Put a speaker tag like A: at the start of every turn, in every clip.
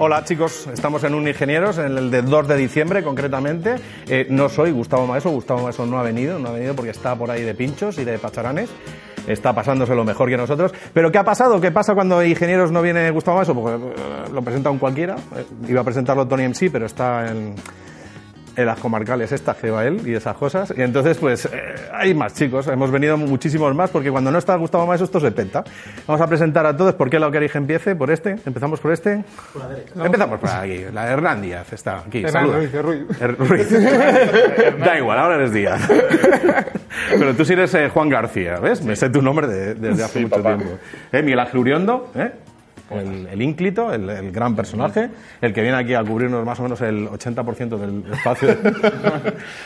A: Hola chicos, estamos en Un Ingenieros, en el de 2 de diciembre concretamente. Eh, no soy Gustavo Maeso, Gustavo Maeso no ha venido, no ha venido porque está por ahí de pinchos y de pacharanes. Está pasándose lo mejor que nosotros. Pero ¿qué ha pasado? ¿Qué pasa cuando Ingenieros no viene Gustavo Maeso? Porque eh, lo presenta un cualquiera. Eh, Iba a presentarlo Tony MC, pero está en, en las comarcales estas que va él y esas cosas. Y entonces, pues, eh, hay más chicos. Hemos venido muchísimos más porque cuando no está Gustavo Maeso, esto se penta. Vamos a presentar a todos. ¿Por qué lado queréis que empiece? ¿Por este? ¿Empezamos por este? Por la derecha. Empezamos por aquí. La Hernán Díaz está aquí.
B: Hernán
A: saluda.
B: Ruiz, Ruiz.
A: Her- Ruiz. Er, da igual, ahora eres Díaz. Pero tú sí eres eh, Juan García, ¿ves? Me sé tu nombre de- desde hace mucho tiempo. Eh, Miguel Ángel Uriondo, ¿eh? El, el ínclito, el, el gran personaje, el que viene aquí a cubrirnos más o menos el 80% del espacio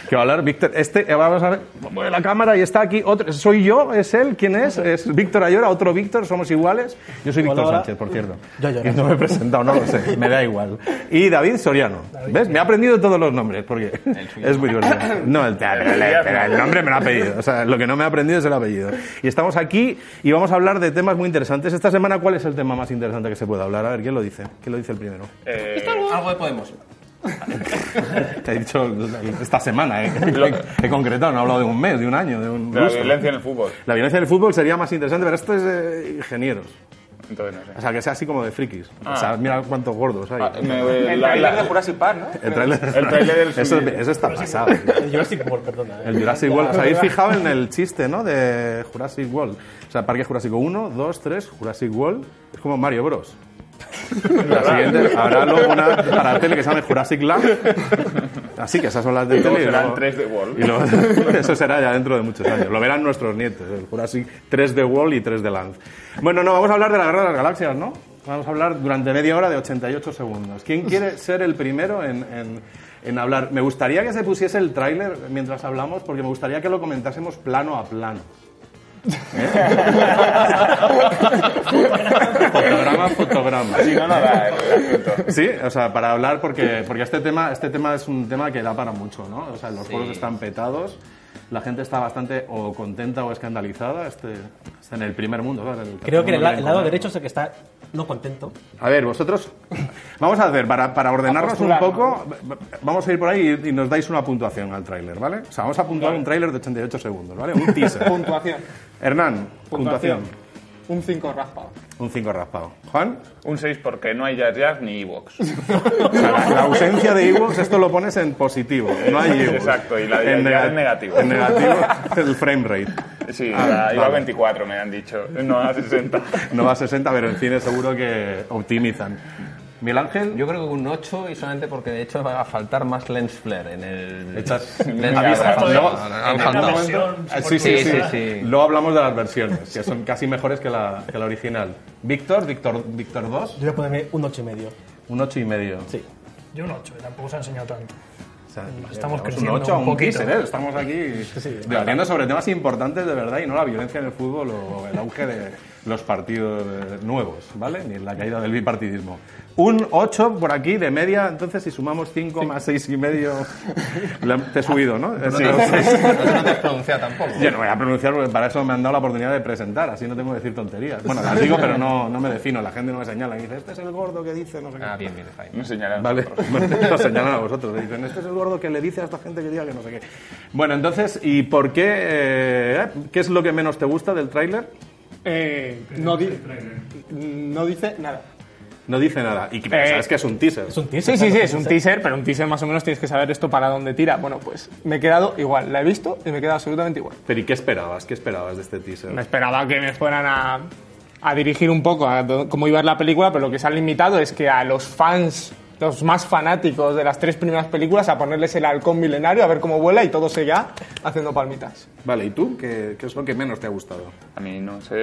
A: que va a hablar Víctor. Este, eh, vamos a ver, mueve la cámara y está aquí otro. Soy yo, es él, ¿quién es? Es Víctor Ayora, otro Víctor, somos iguales. Yo soy Víctor Sánchez, por cierto. Y no me he presentado, no lo sé, me da igual. Y David Soriano, ¿ves? Me ha aprendido todos los nombres porque es muy divertido. No, el, el- el- el nombre me lo ha pedido. O sea, lo que no me ha aprendido es el apellido. Y estamos aquí y vamos a hablar de temas muy interesantes. Esta semana, ¿cuál es el tema más interesante que se puede hablar? A ver, ¿quién lo dice? ¿Quién lo dice el primero?
C: Algo de Podemos.
D: Eh.
A: Te he dicho esta semana, ¿eh? he, he concretado, no he hablado de un mes, de un año, de un
D: De la
A: lustro.
D: violencia en el fútbol.
A: La violencia del fútbol sería más interesante, pero esto es eh, ingenieros.
D: Entonces, no sé.
A: O sea, que sea así como de frikis. O sea, mira cuántos gordos hay.
D: Ah, me-
C: El
D: la-
C: trailer de
D: la-
C: Jurassic Park, ¿no?
A: el trailer,
D: el tráiler del
A: eso,
D: Jurassic-
A: eso está pasado. El
E: Jurassic World, perdona. ¿eh?
A: Jurassic World. ¿Os habéis fijado en el chiste, no? De Jurassic World. O sea, Parque Jurásico 1, 2, 3, Jurassic World. Es como Mario Bros. La siguiente, habrá luego una para la tele que se llame Jurassic Land. Así que esas son las de
D: luego
A: tele. y
D: serán
A: luego-
D: 3D World.
A: y luego- eso será ya dentro de muchos años. Lo verán nuestros nietos. El Jurassic 3 de Wall y 3 de Land. Bueno, no, vamos a hablar de la Guerra de las Galaxias, ¿no? Vamos a hablar durante media hora de 88 segundos. ¿Quién quiere ser el primero en, en- en hablar? Me gustaría que se pusiese el tráiler mientras hablamos, porque me gustaría que lo comentásemos plano a plano. ¿Eh? fotograma a fotograma.
D: Si no, no da el asunto.
A: Sí, o sea, para hablar porque, porque este tema este tema es un tema que da para mucho, ¿no? O sea, los juegos están petados, la gente está bastante o contenta o escandalizada, este, está en el primer mundo, ¿sabes? El
E: Creo que
A: tercer
E: el, la-
A: mundo
E: el lado
A: del
E: derecho es el que está no contento.
A: A ver, vosotros vamos a hacer para, para ordenarnos un poco, vamos a ir por ahí y, y nos dais una puntuación al tráiler, ¿vale? O sea, vamos a puntuar un tráiler de 88 segundos, ¿vale? Un
E: eh.
A: teaser.
B: Puntuación.
A: Hernán, puntuación.
B: Un 5 raspado.
A: Un 5 raspado. Juan,
D: Un 6 porque no hay Jazz Jazz ni Evox.
A: O sea, la, la ausencia de Ewoks, esto lo pones en positivo, no hay Ewoks.
D: Exacto, y la de
A: En
D: ya
A: nega-
D: en negativo.
A: En negativo es el frame rate.
D: Sí,
A: Ah,
D: la- iba a
A: vale.
D: 24, me han dicho. No a 60.
A: No va a 60, pero en cine seguro que optimizan. Miguel Ángel,
C: Yo creo que un 8 y solamente porque de hecho va a faltar más lens flare en el.
A: echas...
C: Lens
D: Habéis
C: flare.
D: tratado de-
C: No,
A: Luego-
C: no, no,
A: al-
C: no, no.
A: Ah, sí, sí, sí,
C: Sí, sí, sí.
A: Luego hablamos de las versiones, que son casi mejores que la, que la original. Víctor, Víctor, Víctor 2,
E: Yo voy a ponerme un 8 y medio.
A: un 8 y medio.
E: Sí.
F: Yo un 8, tampoco se ha enseñado tanto.
A: O sea,
F: Estamos
A: es un
F: creciendo
A: 8 a
F: un
A: un
F: poquito.
A: 15, ¿eh? Estamos aquí debatiendo sobre temas importantes de verdad y no la violencia en el fútbol o el auge de los partidos eh, nuevos, ¿vale? Ni la caída del bipartidismo. Un 8 por aquí de media, entonces si sumamos 5 más 6 y medio, la- te he subido, ¿no?
F: Ah,
A: Sí.
C: No te has pronunciado tampoco.
A: Yo no voy a pronunciar porque para eso me han dado la oportunidad de presentar, así no tengo que decir tonterías. Bueno, las digo, pero no, no me defino, la gente no me señala. Y dice, este es el gordo que dice, no sé qué.
C: Ah, bien, bien, Jaime.
D: No señalan.
A: Vale, lo señalan a vosotros. le Dicen, este es el gordo que le dice a esta gente que diga que no sé qué. Bueno, entonces, ¿y por qué? eh, ¿Qué es lo que menos te gusta del tráiler?
B: Eh, no, di- no dice nada.
A: No dice nada. Y que- sabes que Eh, es un teaser.
E: Es un teaser.
B: Sí, sí,
E: claro,
B: sí, es un teaser, pero un teaser más o menos tienes que saber esto para dónde tira. Bueno, pues me he quedado igual, la he visto y me he quedado absolutamente igual.
A: Pero ¿y qué esperabas? ¿Qué esperabas de este teaser?
B: Me esperaba que me fueran a, a dirigir un poco a do- cómo iba a ir la película, pero lo que se ha limitado es que a los fans los más fanáticos de las tres primeras películas a ponerles el halcón milenario, a ver cómo vuela y todo se ya haciendo palmitas.
A: Vale, ¿y tú? ¿Qué, qué es lo que menos te ha gustado?
D: A mí no sé.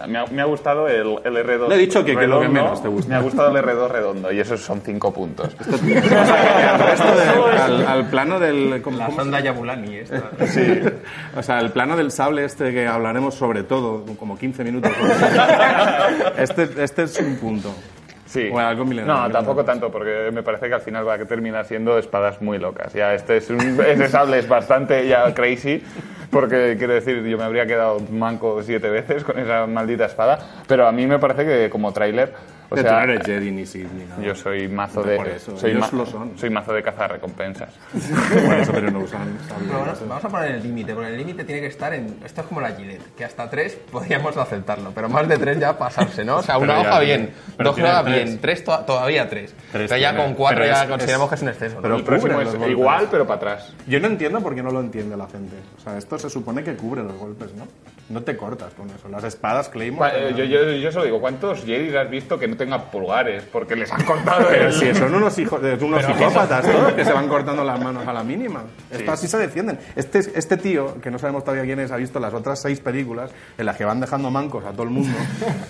D: a mí Me ha, me ha gustado el, el R2.
A: Le he dicho que- que lo que
D: redondo.
A: menos te gusta.
D: Me ha gustado el R2 redondo y esos son cinco puntos.
A: Al, resto de- al- al plano del... ¿cómo-
C: La
A: cómo
C: sonda Yabulani esta.
A: Sí. O sea, el plano del sable este que hablaremos sobre todo, como 15 minutos. sobre eso. Este, este es un punto.
D: Sí.
A: O algo milenario.
D: No, tampoco tanto, porque me parece que al final va a terminar siendo espadas muy locas. Ya, este es un, ese sable es bastante ya crazy, porque quiero decir, yo me habría quedado manco siete veces con esa maldita espada, pero a mí me parece que como tráiler, o
A: Pero
D: sea,
A: tú no eres Jedi ni Sith ni nada.
D: yo soy mazo
A: Por
D: de
A: eso,
D: soy,
A: ellos lo son.
D: soy mazo de cazar recompensas.
A: Por eso, pero no usan sable.
C: Pero bueno, vamos a poner el límite, porque el límite tiene que estar en. Esto es como la Gillette, que hasta tres podríamos aceptarlo, pero más de tres ya pasarse, ¿no? O sea, una
D: Pero ya-
C: hoja bien,
D: pero
C: dos
D: tiene
C: hojas
D: tres.
C: bien, tres to- todavía tres.
A: Tres
C: pero ya
A: tiene.
C: con cuatro
A: Pero
C: ya
A: es-
C: consideramos
A: es-
C: que es un exceso. ¿no?
A: pero
D: El próximo
A: cubre
D: es
A: los golpes.
D: igual, pero para atrás.
A: Yo no entiendo por qué no lo entiende la gente. O sea, esto se supone que cubre los golpes, ¿no? No te cortas con eso. Las espadas Claymore...
D: Cua- eh, Yo, yo, yo solo digo, ¿cuántos Jedi has visto que no tengan pulgares? Porque les han cortado
A: Pero
D: el...
A: si son unos, hijos, unos psicópatas todos que se van cortando las manos a la mínima. Esto así se defienden. Este, este tío, que no sabemos todavía quién es, ha visto las otras seis películas en las que van dejando mancos a todo el mundo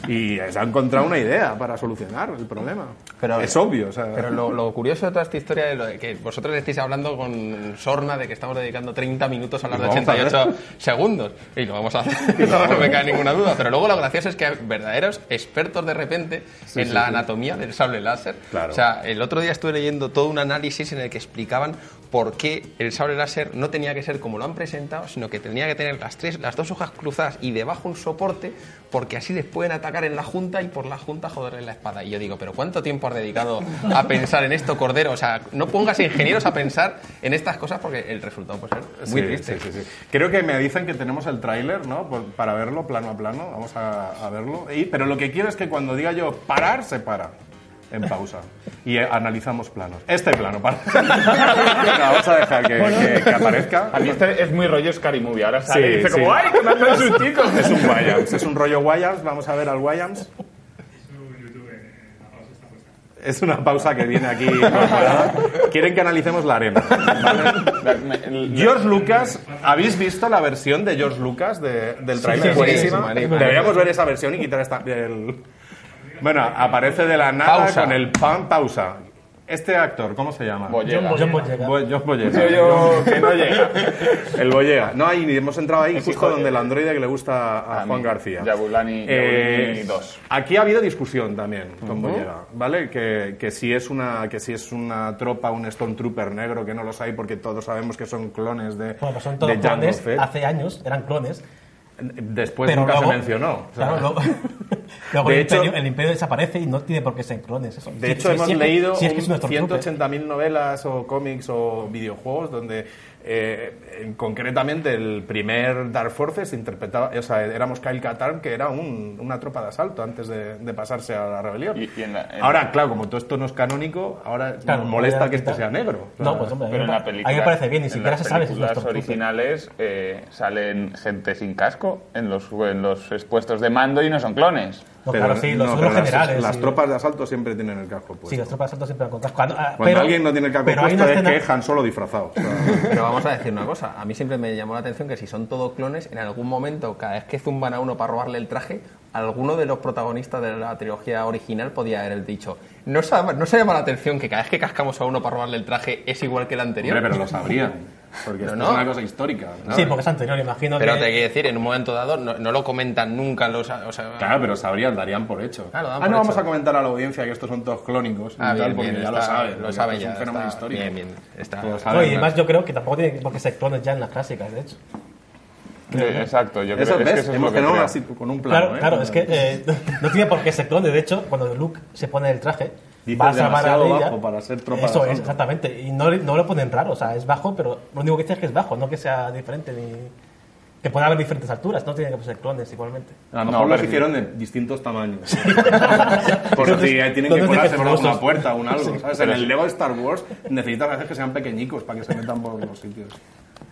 A: y se ha encontrado una idea para solucionar el problema.
C: Pero-
A: es obvio. O sea,
C: Pero lo, lo curioso de toda esta historia es lo de que vosotros estáis hablando con Sorna de que estamos dedicando 30 minutos a hablar de
A: Lo vamos a
C: 88 segundos. Y lo vamos a hacer, no, me cae ninguna duda. Pero luego lo gracioso es que hay verdaderos expertos de repente en la anatomía del sable láser.
A: Claro.
C: O sea, el otro día estuve leyendo todo un análisis en el que explicaban por qué el sable láser no tenía que ser como lo han presentado, sino que tenía que tener las, tres, las dos hojas cruzadas y debajo un soporte, porque así les pueden atacar en la junta y por la junta joderles la espada. Y yo digo, ¿pero cuánto tiempo has dedicado a pensar en esto, Cordero? O sea, no pongas ingenieros a pensar en estas cosas porque el resultado puede ser muy
A: Sí,
C: triste.
A: sí, sí, sí. Creo que me dicen que tenemos el tráiler, ¿no? Por- para verlo plano a plano. Vamos a, a verlo. Y- pero lo que quiero es que cuando diga yo parar, se para. En pausa. Y eh, analizamos planos. Este plano, para. Venga, vamos a dejar que, que- que aparezca.
D: A mí este es muy rollo Scary Movie. Ahora sale
A: Sí,
D: y dice
A: sí.
D: como, ¡ay, que matan a sus chicos!
A: Es un Williams, es un rollo Williams. Vamos a ver al Williams. Es una pausa que viene aquí incorporada. Quieren que analicemos la arena. George Lucas, ¿habéis visto la versión de George Lucas de- del trailer?
C: sí, buenísima.
A: Deberíamos ver esa versión y quitar esta. el- Bueno, aparece de la nada
C: Pausa.
A: con el pan pausa. Este actor, ¿cómo se llama?
D: Boyega.
F: John Boyega.
A: Bo- John Boyega.
D: Yo- yo- que no llega.
A: El Boyega. No, ahí hemos entrado ahí justo
D: joder.
A: donde el androide que le gusta a,
D: A mí.
A: Juan García.
D: Yabulani-
E: Eh,
D: Yabulani dos.
A: Aquí ha habido discusión también con Boyega, ¿vale? Que, que si es una, que si es una tropa, un Stormtrooper negro, que no los hay porque todos sabemos que son clones de,
E: Bueno, pues son todos
A: de Jango
E: clones.
A: Fett.
E: Hace años eran clones.
A: Después
E: pero
A: Pues nunca
E: luego-
A: se mencionó. O sea,
E: Claro, luego, luego
A: De
E: el,
A: hecho-
E: imperio, el imperio desaparece y no tiene por qué ser clones. eso.
A: De
E: Si-
A: hecho,
E: si-
A: hemos
E: si es que-
A: leído
E: si es que
A: un
E: es un Stormtrooper.
A: 180.000 novelas o cómics o videojuegos donde eh, en- concretamente el primer Dark Forces interpretaba, o sea, éramos Kyle Katarn, que era un- una tropa de asalto antes de, de pasarse a la rebelión.
D: Y- y en la- en-
A: ahora, claro, como todo esto no es canónico, ahora
E: Claro,
A: nos molesta
E: ahora
A: que este
E: quita.
A: sea negro. O sea,
E: No, pues hombre, a mí
D: Pero en
E: me
D: la
E: pa-
D: película...
E: a mí me parece bien, ni
D: en
E: siquiera
D: las
E: se sabe si es un
D: películas
E: Stormtrooper.
D: originales eh, salen gente sin casco en los, en los puestos de mando y no son clones.
E: No,
A: pero
E: claro, sí, los,
A: no,
E: son
A: pero
E: los
A: las-
E: generales.
A: Las,
E: sí.
A: tropas de asalto siempre tienen el casco puesto.
E: Sí, los tropas altos siempre van con casco. Cuando, ah,
A: Cuando
E: pero-
A: alguien no tiene el casco
E: pero hay
A: puesto
E: una
A: es
E: escena-
A: que es Han solo disfrazado. O sea,
C: Pero vamos a decir una cosa, a mí siempre me llamó la atención que si son todos clones, en algún momento, cada vez que zumban a uno para robarle el traje, alguno de los protagonistas de la trilogía original podía haber dicho, ¿no se, no se llama la atención que cada vez que cascamos a uno para robarle el traje es igual que el anterior?
A: hombre, pero lo sabrían. Porque
C: Pero
A: esto
C: no.
A: es una cosa histórica. ¿no?
E: Sí, porque es anterior, imagino
C: Pero
E: que...
C: te quiero decir, en un momento dado no, no lo comentan nunca los... O sea,
A: Claro, pero sabrían, darían por hecho.
C: Ah, lo dan
A: ah,
C: por
A: no
C: hecho.
A: vamos a comentar a la audiencia que estos son todos clónicos. y
C: Ah,
A: tal,
C: bien,
A: porque
C: bien,
A: ya
C: está,
A: lo saben.
C: lo
A: porque
C: saben
A: esto
C: ya.
A: Es un fenómeno
C: está,
A: histórico. Pues
C: Bien, bien, está.
A: Lo saben.
E: No, y
A: Además.
E: además yo creo que tampoco tiene por qué ser clones ya en las clásicas, de hecho.
D: Eh, exacto, yo creo
A: Eso
D: es que
A: ves,
D: eso es
A: hemos
D: lo que
A: generado
D: creo.
A: una situ- con un plano.
E: Claro,
A: ¿eh?
E: claro, es que eh, no tiene por qué ser clone. De hecho, cuando Luke se pone el traje,
A: Dice
E: va a salvar a
A: demasiado
E: Leia.
A: bajo para ser tropa de
E: Eso es,
A: asalto.
E: exactamente. Y no, le- no lo ponen raro, o sea, es bajo, pero lo único que dice es que es bajo, no que sea diferente ni. Que pueda haber diferentes alturas, no tiene que ser clones igualmente.
A: A lo
D: No,
A: mejor los
D: parece-
A: hicieron de distintos tamaños. Por si tienen
E: Entonces,
A: que
E: entonces
A: colarse por
E: defectuosos.
A: una puerta o un algo. ¿sabes? En el Lego de Star Wars necesitas a veces que sean pequeñicos para que se metan por los sitios.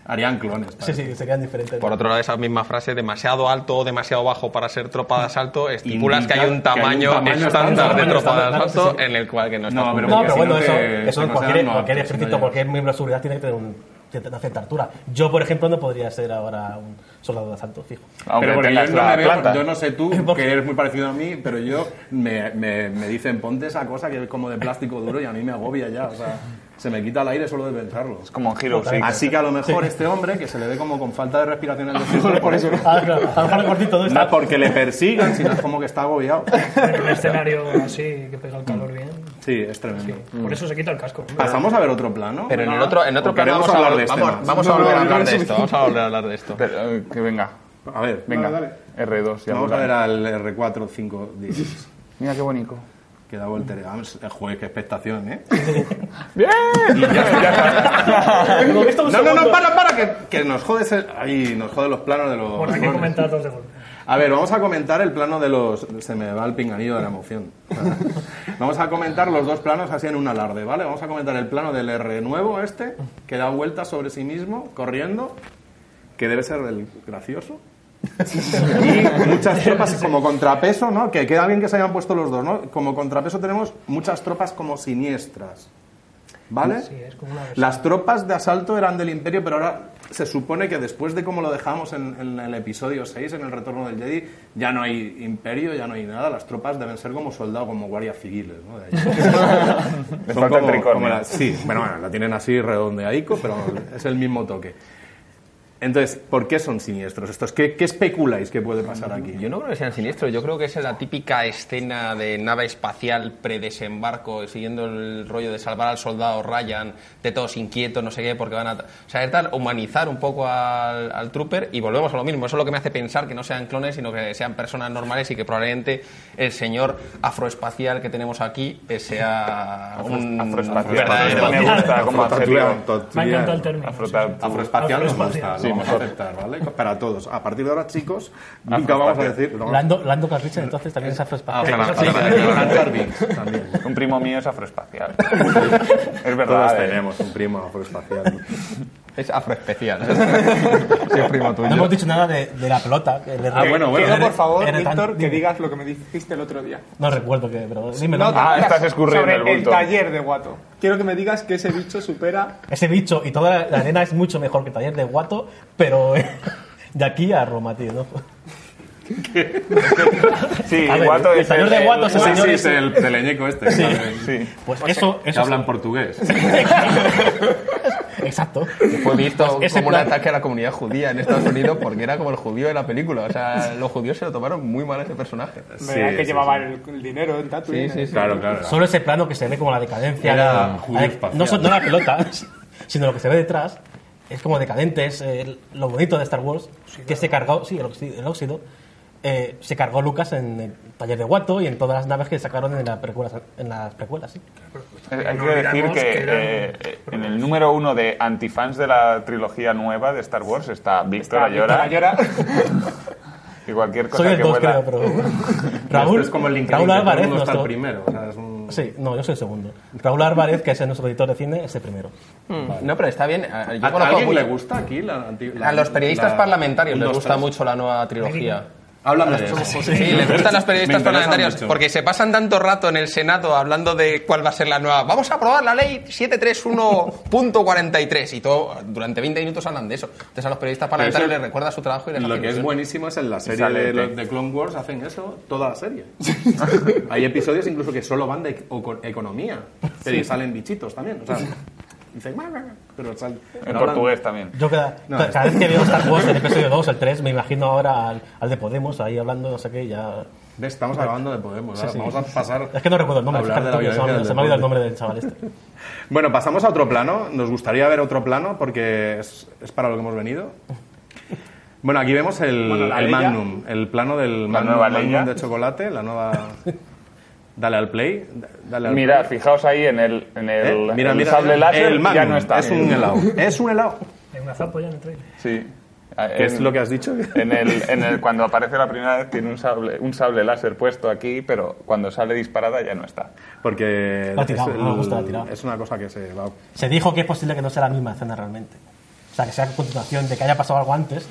A: Harían clones.
E: Sí, sí, serían diferentes.
C: Por otro lado, esa misma frase, demasiado alto o demasiado bajo para ser tropa de asalto, estipulas que hay un
A: Indica que hay un
C: tamaño,
A: tamaño
C: estándar
A: estándar,
C: de tropa de
E: estándar,
C: asalto
E: sí, sí.
C: en el cual que no está.
A: No, pero
E: no,
A: porque
E: pero
A: si
E: bueno,
A: no
E: eso,
A: te-
E: eso
A: te
E: en cualquier,
A: consideran no
E: cualquier
A: aptos,
E: ejército,
A: no
E: cualquier miembro de seguridad tiene que tener un, cierta- una cierta altura. Yo, por ejemplo, no podría ser ahora un soldado de asalto fijo.
D: Aunque
A: pero porque
D: tengas
A: yo no,
D: la
A: me veo-
D: planta.
A: yo no sé tú,
E: Porque-
A: que eres muy parecido a mí, pero yo me, me- me dicen ponte esa cosa que es como de plástico duro y a mí me agobia ya. O sea, se me quita el aire solo de pensarlo.
D: Es como en Hero Six.
A: Así que a lo mejor este hombre, que se le ve como con falta de respiración en el desierto, por eso
E: Ah, claro, a lo mejor el cortito de
A: no
E: esta.
A: porque le persigan, sino es como que está agobiado.
F: En un escenario así que pega el calor bien.
A: Sí, es tremendo.
F: Por eso se quita el casco. hombre.
A: Pasamos Mm. a ver otro plano.
C: Pero en el otro, en otro plano
A: vamos
C: vamos a, vol-
A: este,
C: vamos, vamos a
B: No, no,
C: volver a
B: no,
C: hablar
B: no,
C: de
B: no,
C: esto.
B: no.
C: Vamos a volver a hablar de esto.
D: Pero, eh, que venga,
A: A ver,
D: venga.
B: Dale,
D: R2 ya
A: vamos a
D: volvemos.
A: ver al R4, 5, 10.
D: Mira qué bonito.
A: Que da volteretas. Vamos, eh, Joder, qué expectación, ¿eh?
D: ¡Bien!
E: Con esto un
A: No, no, no,
E: segundo.
A: para, para, que, que nos jodes el- ahí, nos joden los planos de los.
F: Bueno, hay que
A: clones.
F: comentar dos de golpe.
A: A ver, vamos a comentar el plano de los. Se me va el pinganillo de la emoción. vamos a comentar los dos planos así en un alarde, ¿vale? Vamos a comentar el plano del R nuevo, este, que da vueltas sobre sí mismo, corriendo, que debe ser el gracioso. y muchas tropas como contrapeso, ¿no? Que queda bien que se hayan puesto los dos, ¿no? Como contrapeso tenemos muchas tropas como siniestras. ¿Vale?
F: Sí, es como una versión.
A: Las tropas de asalto eran del Imperio, pero ahora se supone que después de como lo dejamos en, en el episodio 6, en el retorno del Jedi, ya no hay Imperio, ya no hay nada. Las tropas deben ser como soldados, como guardias civiles. ¿no? De ahí. Son
D: Me falta el
A: como- como
D: tricornio.
A: la- sí, bueno, bueno, la tienen así redondeadico, pero es el mismo toque. Entonces, ¿por qué son siniestros estos? ¿Qué, qué especuláis que puede pasar aquí?
C: Yo no creo que sean siniestros, yo creo que es la típica escena de nave espacial predesembarco, siguiendo el rollo de salvar al soldado Ryan, de todos inquietos, no sé qué, porque van a... O sea, es tal, humanizar un poco al, al trooper y volvemos a lo mismo. Eso es lo que me hace pensar que no sean clones, sino que sean personas normales y que probablemente el señor afroespacial que tenemos aquí eh, sea un
D: afroespacial.
C: verdadero-
D: Me gusta como adjetivo.
F: Me ha encantado el término.
D: Afrotar-
A: Afroespacial nos
F: Afroespacial.
A: gusta, lo
D: Sí,
A: vamos a
D: mejor.
A: aceptar, ¿vale? Para todos. A partir de ahora, chicos, nunca vamos a decir... Ah, no.
E: Lando, Lando Calrissian, entonces
A: Eh,
E: también es afroespacial.
A: Ojalá,
C: Sí,
A: ojalá.
C: sí, sí.
A: Ojalá, Jarvis, también.
D: Un primo mío es afroespacial. es
A: Todos
D: verdad. eh.
A: tenemos un primo afroespacial.
C: Es afroespecial. Sí, es primo tuyo.
E: No hemos dicho nada de, de la pelota. que le-
A: Ah, bueno, bueno.
B: Quiero, por favor,
E: Era tan-
B: Víctor, que
E: dime.
B: digas lo que me dijiste el otro día.
E: No recuerdo que, pero dímelo.
B: te
D: Ah,
B: digas
D: estás escurriendo
B: sobre
D: el
B: el,
D: bulto.
B: taller de Guato. Quiero que me digas que ese bicho supera...
E: Ese bicho y toda la, la arena es mucho mejor que taller de guato, pero eh, de aquí a Roma, tío, ¿no?
D: Sí,
E: A ver,
D: Guato
E: el
D: es
E: señor de Guato es el
A: Sí,
E: señor.
A: sí, es el teleñeco este. ¿sabes?
D: Sí.
E: Pues eso,
A: Que
E: eso
A: hablan portugués.
E: Exacto.
C: Fue visto
E: Pues ese
C: como un
E: plan-
C: ataque a la comunidad judía en Estados Unidos porque era como el judío de la película. O sea, los judíos se lo tomaron muy mal a ese personaje.
A: Sí,
B: ¿Verdad que
A: sí,
B: llevaba el, el dinero en Tatooine.
C: Sí, sí, sí.
A: Claro, claro.
E: Solo ese plano que se ve como la decadencia.
A: Era
E: la-
A: judío
E: la-
A: espacial.
E: no, so- no la pelota, sino lo que se ve detrás. Es como decadente, es eh, lo bonito de Star Wars, que se cargó, sí, el óxido, el óxido, eh, se cargó Lucas en el taller de Guato y en todas las naves que sacaron en, la precuelas, en las precuelas. ¿sí?
D: Eh, Hay
F: No
D: que decir
F: olvidamos
D: que,
F: que eran-
D: eh, eh, en el número uno de antifans de la trilogía nueva de Star Wars está Víctor
B: Ahora llora.
D: Ayora. Y cualquier cosa
E: Soy el
D: que
E: 2,
D: vuela.
E: creo, pero. Raúl,
A: es como el LinkedIn,
E: Raúl
A: que todo el
E: Álvarez,
A: mundo está el
E: nuestro-
A: primero. o sea, es un-
E: Sí, no, yo soy el segundo. Raúl Álvarez, que es nuestro editor de cine, es el primero.
C: No, pero está bien. A- Yo
A: Mm. ¿A, a
C: conozco
A: alguien le
C: mucho-
A: gusta aquí? La, anti- la-
C: a los periodistas
A: la-
C: parlamentarios
A: un,
C: les
A: dos,
C: gusta
A: tres?
C: mucho la nueva trilogía.
A: Hablan de eso.
C: Sí, les gustan los periodistas
A: Me interesa
C: parlamentarios
A: mucho.
C: porque se pasan tanto rato en el Senado hablando de cuál va a ser la nueva. Vamos a aprobar la ley 731.43 y todo durante 20 minutos hablan de eso. Entonces a los periodistas parlamentarios
A: eso-
C: les recuerda su trabajo y les
A: Lo
C: hace
A: que es
C: ilusión.
A: buenísimo es en la serie
D: sale
A: de,
D: el
A: lo-
D: té.
A: de Clone Wars hacen eso toda la serie. Hay episodios incluso que solo van de ec- oco- economía, pero y salen bichitos también. O sea, dicen, "Mua, mua", pero sal-
D: En
A: no hablan-
D: portugués también.
E: Yo cada,
A: No,
E: ca-
A: es-
E: cada vez que veo Star Wars, el episodio 2, el 3, me imagino ahora al, al de Podemos ahí hablando, no sé qué, ya.
A: ¿Ves? Estamos hablando de Podemos. ahora
E: sí.
A: Vamos a pasar.
E: Es que no recuerdo el nombre,
A: Hablar de
E: fíjate
A: la
E: tú que se me ha
A: violencia
E: olvidado- se me ha olvidado
A: del
E: el nombre del chaval este.
A: Bueno, pasamos a otro plano. Nos gustaría ver otro plano porque es, es para lo que hemos venido. Bueno, aquí vemos el,
B: Bueno, la
A: el
B: Leia.
A: Magnum, el plano del Magnum,
D: nueva
A: Magnum
D: Leia.
A: de chocolate, la nueva. Dale al play. da- Dale al
D: Mira,
A: play.
D: fijaos ahí en el, en el,
A: ¿Eh? Mira,
D: el
A: mira,
D: sable
A: mira.
D: láser.
A: El
D: ya
A: Magnum,
D: no está.
A: Es un helado. Es un helado.
F: Hay una zapa ya en el trailer.
D: Sí. Ah,
A: ¿Qué es
D: en-
A: lo que has dicho?
D: En el, en el, cuando aparece la primera vez tiene un sable, un sable láser puesto aquí, pero cuando sale disparada ya no está.
A: Porque
E: La ha tirado,
A: es,
E: no me gusta, la ha tirado.
A: es una cosa que se va.
E: Se dijo que es posible que no sea la misma escena realmente. sea, que sea continuación de que haya pasado algo antes.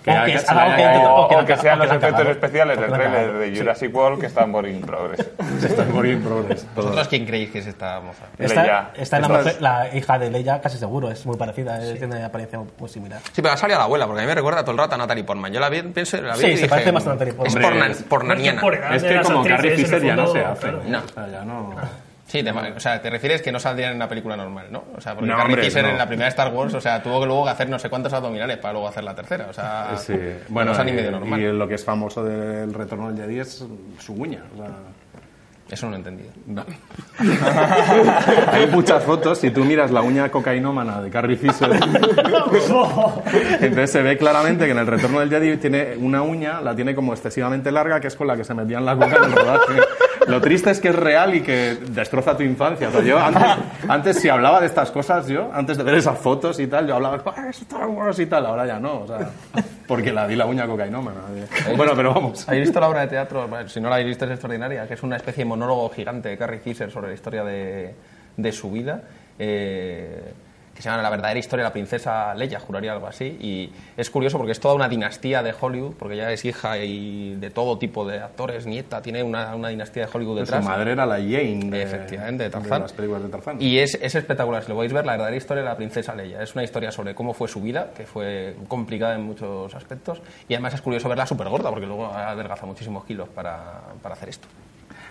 D: Que
E: o que,
D: haya-
E: es algo que,
D: o-
E: o que no
D: o que
E: han-
D: sean
E: o
D: los
E: que no han
D: efectos
E: cagado,
D: especiales
E: o que
D: del
E: no han
D: trailer
E: cagado.
D: de Jurassic World que están por in progress.
A: Se está muriendo progress. todo.
C: ¿Vosotros quién creéis que es esta moza?
D: Leia.
E: Esta, esta es la,
D: Esta
E: mujer- la hija de Leia, casi seguro, es muy parecida, es- tiene una apariencia muy similar.
C: Sí, pero ha salido a la abuela, porque a mí me recuerda todo el rato a Natalie Portman. Yo la vi, pienso, la vi
E: Sí,
C: y
E: se
C: dije,
E: parece más a Natalie Portman.
C: Es
A: Hombre,
C: porna-
A: es-
C: pornaniana.
F: por edad.
A: Es
F: de
A: que
F: las
A: como Carrie
F: actrices, en
A: Fisher
F: el
A: ya no
F: fondo,
A: se hace.
F: claro.
C: No.
A: O sea, ya no.
C: Sí, te, o sea, te refieres que no saldría en una película normal, ¿no? O sea, porque
A: No,
C: Carrie
A: hombre,
C: Fisher
A: no.
C: en la primera Star Wars, o sea, tuvo que luego hacer no sé cuántos abdominales para luego hacer la tercera. O sea,
A: Sí,
C: no es ni
A: y-
C: medio normal.
A: Y lo que es famoso del retorno del Jedi es su uña. o sea,
C: Eso no lo he entendido.
A: hay muchas fotos. Si tú miras la uña cocainómana de Carrie Fisher, entonces se ve claramente que en el retorno del Jedi tiene una uña, la tiene como excesivamente larga, que es con la que se metían la coca en el rodaje. Lo triste es que es real y que destroza tu infancia. O sea, yo antes, antes, si hablaba de estas cosas, yo, antes de ver esas fotos y tal, yo hablaba "Ah, Star Wars y tal, ahora ya no. O sea, porque la di la uña cocainómana. Bueno, pero vamos.
C: ¿Habéis visto la obra de teatro? Bueno, si no la habéis visto es extraordinaria, que es una especie de monólogo gigante de Carrie Fisher sobre la historia de, de su vida, eh, que se llama La verdadera historia de la princesa Leia, juraría algo así. Y es curioso porque es toda una dinastía de Hollywood, porque ella es hija y de todo tipo de actores, nieta, tiene una, una dinastía de Hollywood detrás.
A: Su madre era la Jane de,
C: Efectivamente, de Tarzán.
A: las películas de Tarzán.
C: Y es, es espectacular, si lo vais a ver, la verdadera historia de la princesa Leia. Es una historia sobre cómo fue su vida, que fue complicada en muchos aspectos, y además es curioso verla súper gorda, porque luego ha adelgazado muchísimos kilos para, para hacer esto.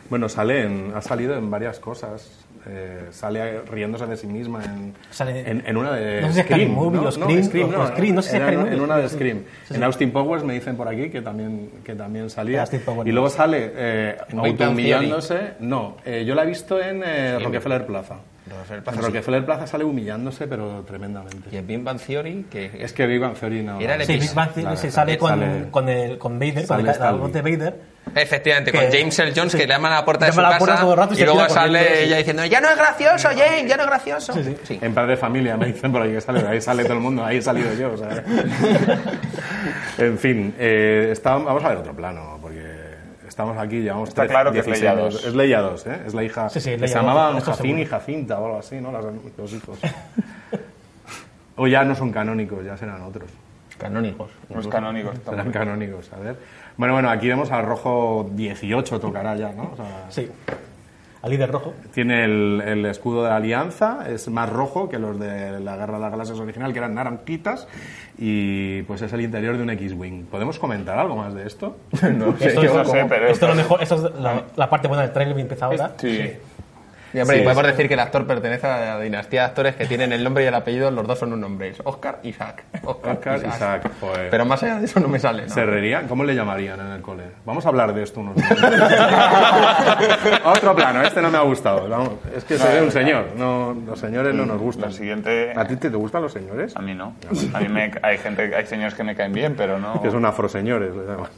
A: Bueno, sale en- ha salido en varias cosas. Eh, sale riéndose de sí misma en,
E: Sale-
A: en, en una de
E: no sé si es
A: Scream,
E: Scary Movie
A: ¿no?
E: o
A: No,
E: Scream,
A: Scream,
E: o-
A: no,
E: o Scream, no sé si es
A: era
E: Scary
A: en- en
E: Movie.
A: una de Scream.
E: Sí, sí.
A: En Austin Powers me dicen por aquí que también, que también salía.
E: Austin Powers.
A: Y luego sale eh,
C: En Big Bang
A: autohumillándose. No, eh, yo la he visto en eh, Rockefeller Plaza.
C: Rockefeller
A: En
C: Plaza, sí.
A: Rockefeller Plaza sale humillándose, pero tremendamente.
C: Y en Big Bang Theory, que
A: Es que Big Bang Theory no-
C: Era el
E: Sí, Big Bang
A: Claro,
E: se
A: claro.
E: sale con,
A: Sale-
E: con, el, con Vader,
A: sale
E: con la- la
A: Stanley.
E: voz de Vader.
C: Efectivamente,
E: Que-
C: con James L. Jones
E: sí.
C: que le llama a la puerta de su
E: Llama a la puerta
C: casa
E: todo el rato y
C: y,
E: se
C: luego
E: gira corriendo,
C: sale
E: sí.
C: ella diciendo ¡Ya no es gracioso, James! ¡Ya no es gracioso! Sí.
A: En Padre de Familia me dicen por ahí que sale, ahí sale todo el mundo, ahí he salido yo. o sea. en fin, eh, está- vamos a ver otro plano, porque estamos aquí, llevamos
D: Está
A: 13,
D: claro que es
A: 16
D: Leia
A: años.
D: dos.
A: Es Leia 2, ¿eh? es la hija.
E: Sí, sí,
A: que
E: Leia
A: se
E: dos,
A: llamaban
E: esto
A: Jacín
E: seguro.
A: y Jacinta o algo así, ¿no? Las- los hijos. o ya no son canónicos, ya serán otros.
C: Canónigos.
D: No es canónico. está
A: Serán
D: muy bien.
A: canónicos, a ver. Bueno, bueno, aquí vemos al rojo 18, tocará ya, ¿no? O sea,
E: Sí. Al líder rojo.
A: Tiene el, el escudo de la Alianza, es más rojo que los de la Guerra de las Galaxias original, que eran naranjitas, y pues es el interior de un X-Wing. ¿Podemos comentar algo más de esto?
D: No sé,
E: Esto
D: yo no
E: es-
D: sé, pero...
E: esto es lo mejor, esto es la, la parte buena del trailer que empieza ahora.
D: Sí.
C: Y hombre, y podemos decir que el actor pertenece a la dinastía de actores que tienen el nombre y el apellido, los dos son un nombre, es Oscar y Isaac.
A: Oscar, Isaac, joder.
C: Pero más allá de eso no me sale. ¿no?
A: ¿Serrería? ¿Cómo le llamarían en el cole? Vamos a hablar de esto unos minutos. Otro plano, este no me ha gustado. Vamos, es que se ve un señor. No, los señores no nos gustan.
D: Lo siguiente...
A: ¿A ti te, te gustan los señores?
D: A mí no. A mí me, hay gente, hay señores que me caen bien, pero no.
A: Que son afroseñores, le llaman.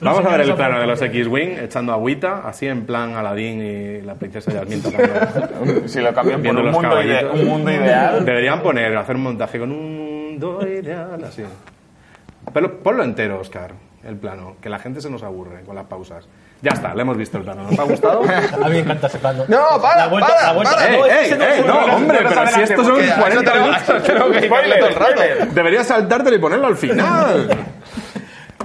A: Vamos a ver el plano de los X-Wing echando agüita, así en plan Aladdin y la princesa Yasmin tocando.
D: Si lo cambian por
A: Viendo
D: un
A: los
D: mundo, ide-
A: caballitos.
D: un mundo ideal.
A: Deberían poner, hacer un montaje con un mundo ideal, así. Pero ponlo entero, Oscar, el plano, que la gente se nos aburre con las pausas. Ya está, le hemos visto el plano. ¿Nos ha gustado?
E: A mí me encanta ese plano.
C: No, para,
E: La vuelta-
C: para,
E: la vuelta-
C: para.
D: eh,
A: ¡Ey,
E: No,
A: ey,
E: ese no
A: ey!
E: es
A: No,
E: un-
A: hombre,
D: no es
A: pero si
D: adelante,
A: estos son
D: porque a eso
A: 40
C: tenemos-
A: minutos.
C: tenemos que dedicarle todo el rato.
A: Deberías saltártelo y ponerlo al final.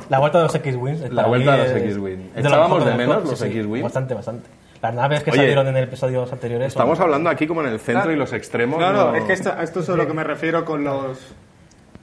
E: La vuelta de los X-Wings.
A: La vuelta de los X-Wing. ¿Echábamos de menos los X-Wing?
E: Bastante, bastante. Las naves que
A: Oye,
E: salieron en el episodios anteriores. son-
A: Estamos hablando aquí como en el centro y los extremos.
B: Claro, es que esto, a esto es a lo que me refiero con los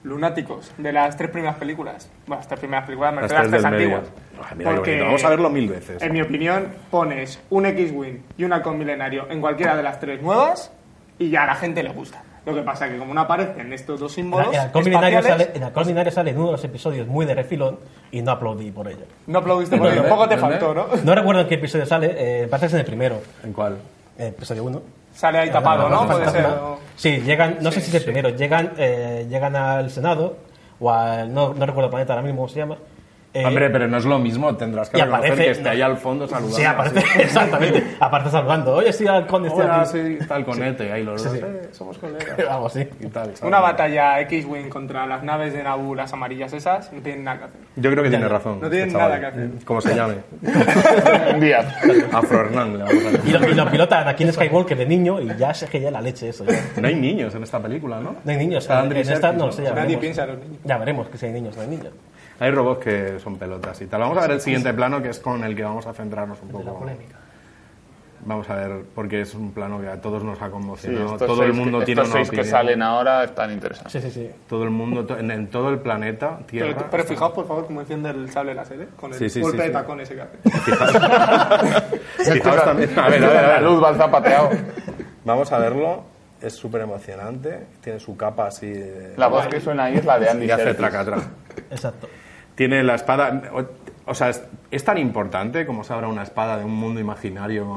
B: lunáticos de las tres primeras películas. Bueno, las tres primeras películas, me
A: Las
B: refiero a las
A: tres
B: tres
A: del
B: antiguas.
A: medio. Ah, mira qué bonito. Vamos a verlo mil veces.
B: En mi opinión, pones un X-Wing y un Halcón Milenario en cualquiera de las tres nuevas y ya a la gente le gusta. Lo que pasa que como no aparecen estos dos
E: En el-
B: símbolos
E: en el combinario
B: espaciales,
E: sale, en el combinario sale en uno de los episodios muy de refilón y no aplaudí por ello.
B: no aplaudiste por ello.
A: ¿Dónde?
B: Poco te
A: ¿Dónde?
B: faltó, ¿no?
E: No recuerdo en qué episodio sale, eh, parece que es en el primero,
A: ¿En cuál?
E: eh, episodio 1.
B: Sale ahí tapado, ¿no? Puede ser. o-
E: Sí, llegan, no sé si es el primero, llegan, eh, llegan al Senado, o al, no, no recuerdo el planeta ahora mismo cómo se llama, Eh,
A: Hombre, pero no es lo mismo, tendrás que
E: y
A: reconocer
E: aparece-
A: que esté
E: no.
A: ahí al fondo saludando.
E: sí, aparte,
A: así.
E: exactamente. Aparte saludando. Oye, sí, al conde estoy
A: Hola,
E: aquí.
A: sí, tal conete, ahí los
E: Sí,
A: dos.
E: sí.
A: eh, somos colegas.
E: Algo así.
A: Y tal, tal.
B: Una batalla X-Wing contra las naves de Naboo, las amarillas esas, no tienen nada que hacer.
A: Yo creo que tiene razón.
B: No tienen
A: el chaval.
B: nada que hacer.
A: Como se llame.
D: Díaz.
A: Afro Hernán le vamos a
E: Y
A: llamar.
E: lo, y lo pilotan aquí en Skywalker de niño y ya sé que ya la leche eso. ya.
A: No hay niños en esta película, ¿no?
E: No hay niños.
A: Está
E: en
A: Andy
E: esta
A: Serkis,
E: no lo sé, ya
B: Nadie
E: veremos.
B: piensa en los niños.
E: Ya veremos que si hay niños no hay niños.
A: Hay robots que son pelotas y tal. Vamos a ver el siguiente plano que es con el que vamos a centrarnos un poco. Vamos a ver, porque es un plano que a todos nos ha
D: Sí,
A: conmocionado.
D: estos
A: Todo el
D: seis
A: mundo
D: que-
A: tiene
D: estos
A: una
D: seis
A: opinión.
D: que salen ahora están interesantes.
E: Sí, sí, sí.
A: Todo el mundo, to- en, en todo el planeta,
B: Pero,
A: Tierra.
B: pero fijaos, por favor, cómo enciende el sable láser, ¿eh? Con el
A: Sí, sí,
B: golpe
A: sí,
B: de
A: sí.
B: tacón ese que hace.
A: Fijaos también. A ver, a ver, a
D: La
A: ver.
D: luz va al zapateado.
A: Vamos a verlo. Es súper emocionante. Tiene su capa así. de-
D: La voz que suena ahí es la de Andy
A: y hace
D: Serkis.
A: tracatra.
E: Exacto.
A: Tiene la espada. O, o sea, es, es tan importante como se abra una espada de un mundo imaginario.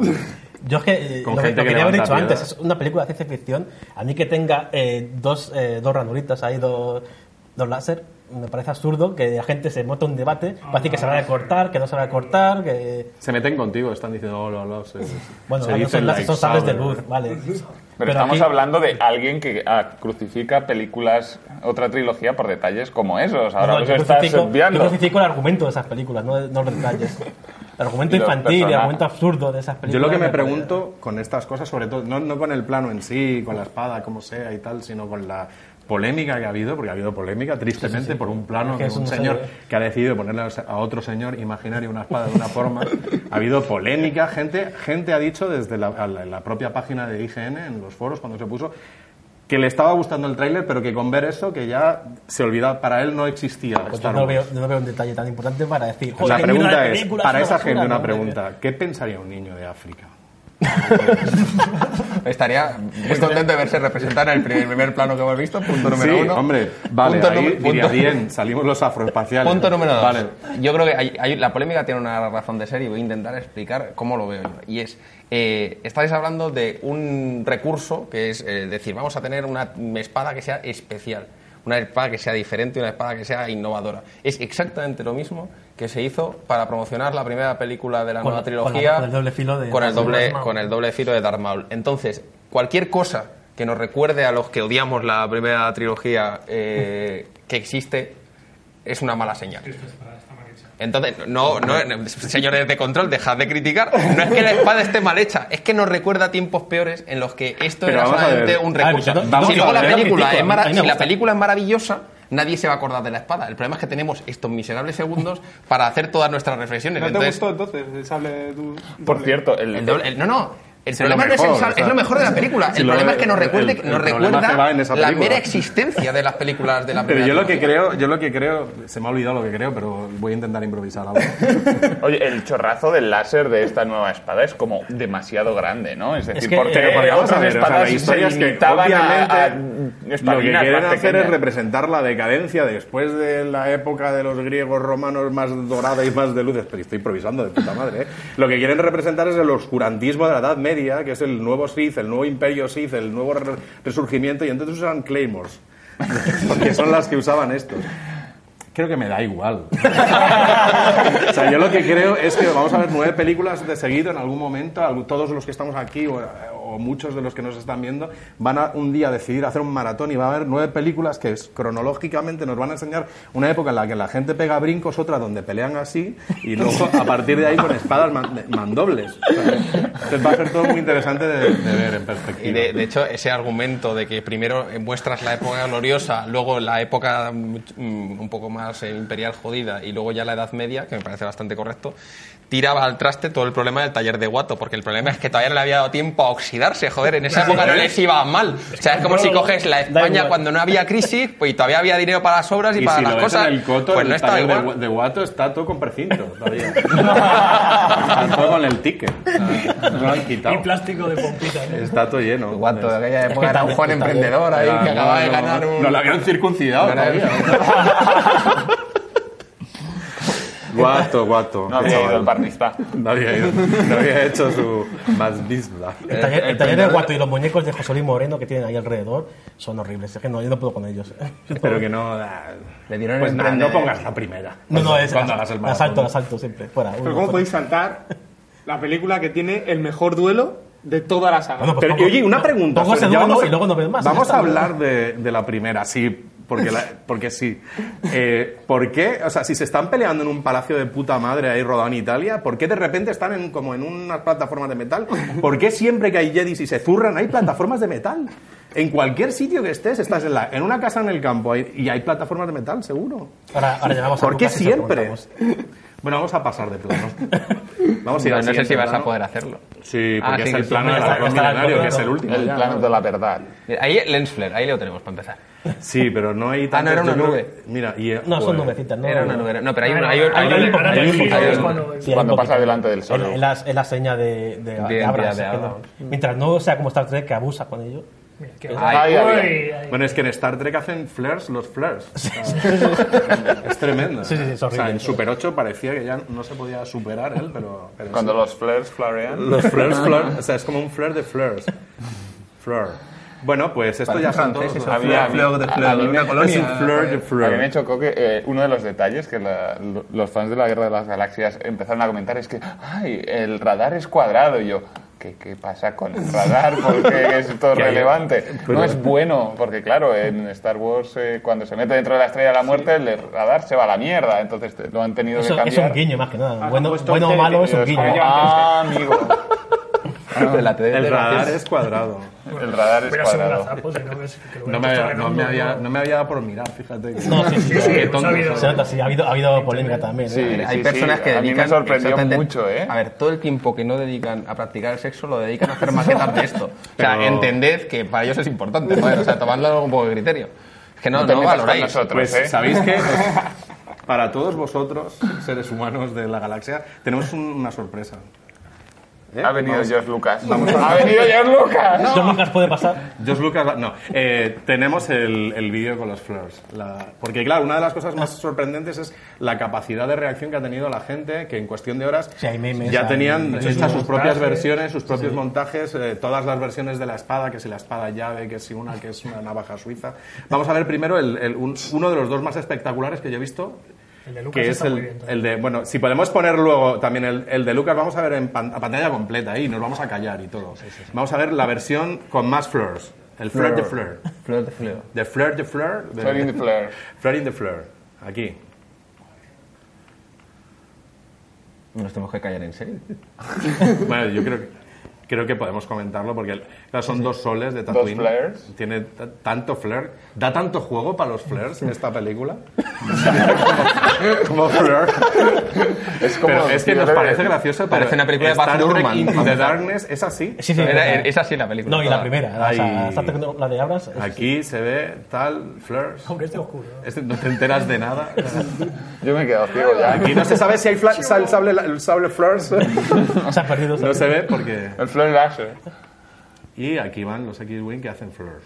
E: Yo es que eh,
A: Con
E: lo, que-
A: gente
E: lo
A: que
E: quería haber
A: levanta
E: dicho antes,
A: piedras.
E: es una película de ciencia ficción. A mí que tenga eh, dos, eh, dos ranuritas ahí, dos, dos láser, me parece absurdo que la gente se monte un debate
A: Ah,
E: para decir que se va a cortar, que no se va a cortar, que...
A: Se meten contigo, están diciendo, oh, lo, lo", se-
E: Bueno,
A: se
E: ahí
A: dicen
E: son, láser,
A: like,
E: son sables de
A: saber.
E: luz, vale.
D: Pero, estamos
E: aquí-
D: hablando de alguien que ah, crucifica películas, otra trilogía por detalles como esos. Ahora
E: No,
D: los
E: yo
A: pues
D: estás
E: crucifico- Yo
D: obviando.
E: crucifico el argumento de esas películas, no, no los detalles. El argumento
D: Y los
E: infantil, el
D: personajes.
E: argumento absurdo de esas
A: Yo
E: películas.
A: lo que me
E: parece-
A: pregunto con estas cosas, sobre todo, no, no con el plano en sí, con la espada, como sea y tal, sino con la polémica que ha habido, porque ha habido polémica, tristemente, por un plano
E: Es que
A: de
E: es
A: un
E: un
A: señor
E: serio,
A: que ha decidido ponerle a otro señor imaginario una espada de una forma. ha habido polémica, gente, gente ha dicho desde la, a la- la propia página de IGN, en los foros, cuando se puso, que le estaba gustando el tráiler, pero que con ver eso, que ya se olvidaba, para él no existía.
E: Pues yo
A: Star
E: no
A: Wars.
E: veo, yo no veo un detalle tan importante para decir...
A: La
E: "Joder, mira
A: pregunta es,
E: película,
A: para
E: una
A: esa
E: basura",
A: gente
E: ¿no? ¿eh?
A: una pregunta, ¿qué pensaría un niño de África?
C: Estaría muy contento de verse representar en el primer, primer plano que hemos visto, punto número
A: sí,
C: uno.
A: hombre, vale,
C: Punto
A: ahí
C: num-
A: diría
C: punto-
A: bien, salimos los afroespaciales.
C: Punto número dos.
A: Vale.
C: eh, Yo creo que hay- hay- la polémica tiene una razón de ser y voy a intentar explicar cómo lo veo yo. Y es, eh, estáis hablando de un recurso que es eh, decir, vamos a tener una espada que sea especial, una espada que sea diferente, una espada que sea innovadora. Es exactamente lo mismo que se hizo para promocionar la primera película de la
E: Con-
C: nueva
E: con la-
C: trilogía
E: con el doble filo de
C: con el
E: Darth
C: doble,
E: Maul.
C: con el doble filo de Darth Maul. Entonces, cualquier cosa que nos recuerde a los que odiamos la primera trilogía eh, que existe es una mala señal. Entonces, no, no, no, señores de control, dejad de criticar. No es que la espada esté mal hecha, es que nos recuerda a tiempos peores en los que esto
A: Pero
C: era
A: vamos a
C: solamente
A: ver.
C: un
E: A ver,
C: recurso.
E: yo no- vamos
C: si
E: a
C: luego la
E: ver, yo no
C: película,
E: critico,
C: es
E: a mí-
C: mara-
E: a mí me
C: si la
E: gusta.
C: película es maravillosa, nadie se va a acordar de la espada. El problema es que tenemos estos miserables segundos para hacer todas nuestras reflexiones.
B: ¿No te
C: Entonces,
B: gustó entonces el sable du- doble?
D: Por cierto, el,
C: el doble- el- no, no. El
A: lo
C: problema no es,
A: mejor,
C: el sal-
A: o sea.
C: es lo mejor de la película.
A: Si
C: el
A: lo-
C: problema es que nos, recuerde,
A: el- el
C: nos
A: problema
C: recuerda
A: que va en esa
C: la
A: película.
C: mera existencia de las películas de la
A: Pero
C: primera
A: yo lo que
C: trilogía.
A: creo, yo lo que creo, se me ha olvidado lo que creo, pero voy a intentar improvisar algo.
D: oye, el chorrazo del láser de esta nueva espada es como demasiado grande, ¿no? Es decir,
E: que,
D: porque
A: Pero porque vamos a
D: otras
A: ver, eh, o sea,
D: espadas
A: la historia es
D: se
A: que
D: limitaban a- a
A: obviamente lo que
D: espadinas
A: quieren
D: más
A: hacer es
D: pequeñas.
A: representar la decadencia después de la época de los griegos romanos más dorada y más de luces, pero estoy improvisando de puta madre. ¿eh? Lo que quieren representar es el oscurantismo de la Edad Media, que es el nuevo Sith, el nuevo Imperio Sith, el nuevo re- resurgimiento, y entonces usan claymores, porque son las que usaban estos. Creo que me da igual. O sea, yo lo que creo es que vamos a ver nueve películas de seguido en algún momento. algún- Todos los que estamos aquí o, o muchos de los que nos están viendo van a un día decidir hacer un maratón y va a haber nueve películas que es- cronológicamente nos van a enseñar una época en la que la gente pega brincos, otra donde pelean así y luego a partir de ahí con espadas man- de- mandobles. O sea, entonces va a ser todo muy interesante de, de ver en
C: Y
A: perspectiva.
C: de, de hecho, ese argumento de que primero eh, muestras la época gloriosa, luego la época mm, un poco más eh, imperial jodida y luego ya la Edad Media, que me parece bastante correcto, tiraba al traste todo el problema del taller de Guato, porque el problema es que todavía no le había dado tiempo a oxidarse, joder, en esa época no les iba mal. O sea, es como si coges la España
E: igual.
C: cuando no había crisis pues, y todavía había dinero para las obras y,
A: Y
C: para
A: si
C: las
A: lo ves
C: cosas,
A: en el coto,
C: pues
A: el
C: no está
A: taller de,
C: igual.
A: Gua- de Guato está todo con precinto todavía. está todo con el ticket.
C: Ah.
A: No lo han
F: Y
A: quitado.
F: plástico de pompita. ¿eh? ¿no?
A: Está todo lleno.
C: Guato de aquella época
E: que
C: era un
E: también-
C: Juan
E: también-
C: emprendedor ahí que acababa de ganar un...
A: No lo habían circuncidado.
C: Ganar-
A: todavía. Guato, guato.
D: No había ido el barnista.
A: No había ido. No había hecho su más bisla.
E: El taller, el taller de guato y los muñecos de José Luis Moreno que tienen ahí alrededor son horribles. Es que no, yo no puedo con ellos.
A: Pero que no. ah,
C: Le dieron
A: Pues
C: el
A: nada, no
C: emprendedor.
A: pongas la primera.
E: No, no, es
A: Cuando hagas el maratón.
E: asalto, asalto siempre. Fuera.
B: Pero ¿cómo podéis saltar la película que tiene el mejor duelo de toda la saga?
E: Bueno, pues
A: Pero,
E: pongo-
A: oye, una pregunta.
E: Pongo ese
A: Fer, ya
E: duelo
A: vamos a-
E: y luego no veo más. Ya
A: Vamos
E: está.
A: a hablar de, de la primera, sí, porque, la- porque sí. Eh, ¿Por qué? O sea, si se están peleando en un palacio de puta madre ahí rodado en Italia, ¿por qué de repente están en, como en unas plataformas de metal? ¿Por qué siempre que hay jedis y se zurran hay plataformas de metal? En cualquier sitio que estés, estás en, la- en una casa en el campo ahí- y hay plataformas de metal, seguro.
E: Ahora, ahora llamamos a
A: ¿Por qué
E: Lucas y se lo
A: siempre?
E: preguntamos.
A: Bueno, vamos a pasar de plano. Vamos a ir
C: No,
A: al
C: no sé
A: siguiente
C: si vas a
A: plano.
C: poder hacerlo.
A: Sí,
C: Ah,
A: porque
C: sí,
A: es el
C: sí,
A: plano
E: sí,
A: del
E: está-
A: arroz
E: está el
A: milenario, que es el
E: plano.
A: último.
D: El
A: ya,
D: plano
A: ¿no?
D: de la verdad.
C: Ahí Lensflare, ahí lo tenemos para empezar.
A: Sí, pero no hay
C: Ah, no,
A: tantos-
C: era una
A: yo creo
C: nube.
A: que- Mira, y, eh,
E: No, son
A: joder.
E: nubecitas, ¿no?
C: Era una novela. No, pero hay una. Hay, un-
F: Oh. Ahora-
C: hay un-
F: ahora el- ahora
C: hay
F: el
C: un-
F: giro
C: hay un-
F: es cuando-
E: Sí, hay
D: Cuando
E: un poquito.
D: pasa delante del sol.
E: Es la- es la, es la seña de, de, de
C: de
E: Abrams,
C: de
E: es que no.
C: Abrams.
E: Mientras no sea como Star Trek que abusa con ello.
F: Mira, qué-
D: Ahí
F: Uy,
D: había.
F: ahí.
A: Bueno, es que en Star Trek hacen flares los flares. es tremendo. ¿eh?
E: Sí, sí, sí, es
A: O sea,
E: horrible.
A: en Super 8 parecía que ya no se podía superar él, pero... pero
D: Cuando
A: sí.
D: los flares florean.
A: Los flares, flares, o sea, es como un flare de flares. Flare. Bueno, pues esto ya son todos. los-
D: Había- a- a mí me-
A: Es un flare de
D: A mí me
A: flare.
D: chocó que eh, uno de los detalles que la- lo- los fans de la Guerra de las Galaxias empezaron a comentar es que, ay, el radar es cuadrado. Y yo, ¿qué, qué pasa con el radar? Porque es todo
A: Que hay-
D: relevante.
A: pero-
D: No es bueno, porque claro, en Star Wars, eh, cuando se mete dentro de la Estrella de la Muerte, el radar se va a la mierda. Entonces te- lo han tenido
E: Eso-
D: que
E: es un
D: cambiar.
E: guiño más que nada.
B: han
E: bueno
B: puesto
E: bueno o
B: un
E: malo
D: Y
E: es un
D: es
E: guiño.
D: como, ah, amigo,
C: de la tele
A: El
C: de
A: radar
C: gracias.
A: es cuadrado.
D: el radar es
F: Voy a hacer un
D: cuadrado.
F: lazapo, si no ves que lo
A: No
F: ves,
A: me,
F: te
A: había,
F: está
A: no, me
F: regalando.
A: había, no me había dado por mirar, fíjate. que-
E: No, sí, sí,
F: Sí, sí,
A: Qué
F: hemos
A: tontos
F: sabido.
A: son.
E: Se nota, sí, ha habido, ha habido polémica también.
D: Sí,
E: ¿eh?
C: Hay
D: sí,
C: personas
D: sí,
C: que
D: a mí
C: dedican.
D: me sorprendió
C: exactamente-
D: mucho, ¿eh?
C: A ver, todo el tiempo que no dedican a practicar el sexo lo dedican a hacer maquetas de esto. O
A: Pero-
C: sea, entended que para ellos es importante, joder, O sea, tomadlo con poco de criterio. Es que no,
D: No te
C: no
D: metas con
C: valoráis.
D: nosotros.
A: Pues
D: ¿eh?
A: sabéis que para todos vosotros, seres humanos de la galaxia, tenemos un- una sorpresa. ¿Eh?
D: Ha venido
A: Vamos-
D: George Lucas. Ha venido George Lucas.
E: Eso nunca puede pasar.
A: George Lucas, va- no, Eh, tenemos el, el vídeo con los flores. La- porque claro, una de las cosas más sorprendentes es la capacidad de reacción que ha tenido la gente, que en cuestión de horas
E: Sí, hay memes,
A: ya
E: hay
A: tenían
E: muchísimos
A: hechas sus propias
F: montajes.
A: versiones, sus propios montajes, eh, todas las versiones de la espada, que si la espada llave, que si una que es una navaja suiza. Vamos a ver primero el- el- un- uno de los dos más espectaculares que yo he visto.
F: El de Lucas
A: Que es
F: está muy
A: el,
F: bien.
A: el de, bueno, si podemos poner luego también el, el de Lucas, vamos a ver en pan- a pantalla completa y nos vamos a callar y todo. Vamos a ver la versión con más flores. El flare de flare.
C: Flor de flor.
A: The flare de flare. de-
D: Flare in the flare.
A: Flare in the flare. Aquí.
C: Nos tenemos que callar en serio.
A: Bueno, yo creo que, creo que podemos comentarlo porque claro, son dos soles de Tatooine.
D: flares.
A: Tiene t- tanto flare. Da tanto juego para los flares en esta película. como, como flare.
D: Es como
A: Pero es que nos parece gracioso. pero
C: Parece una película de
A: Star
C: Baz
A: Trek
C: Luhrmann.
A: Into the Darkness es así.
E: Sí, sí,
C: Era-
E: verdad.
C: es así la película.
E: No, y la primera. la- o sea,
A: Ay.
E: Star Trek no- la de Abrams. es-
A: Aquí se ve tal flares.
F: Aunque esté oscuro.
A: Este, no te enteras de nada.
D: Yo me he quedado ciego ya.
A: Aquí no se sabe si hay fla- sal- sable, el sable flares.
E: Se ha perdido.
A: No se ve porque...
D: El flare láser.
A: Y aquí van los X-Wing que hacen flor.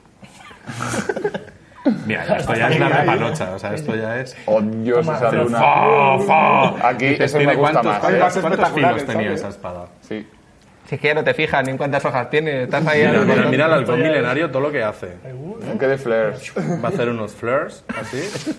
A: Mira, ya, esto ya es la repanocha, o sea, esto ya es...
D: Oh, Dios, esa
A: Pero
D: luna.
A: fa, fa.
D: Aquí
A: Dices,
D: ese
A: ¿tiene
D: me gusta
A: cuántos,
D: más.
B: Hay
D: ¿eh?
B: más
A: ¿Cuántos
B: espectaculares,
A: filos tenía
B: ¿sabes?
A: esa espada?
D: Sí.
C: Si es que ya no te fijas ni en cuántas hojas tiene, estás ahí.
A: Mira,
C: al-
A: mira, mira el halcón milenario, todo lo que hace.
D: Aunque de flares.
A: Va a hacer unos flares, así.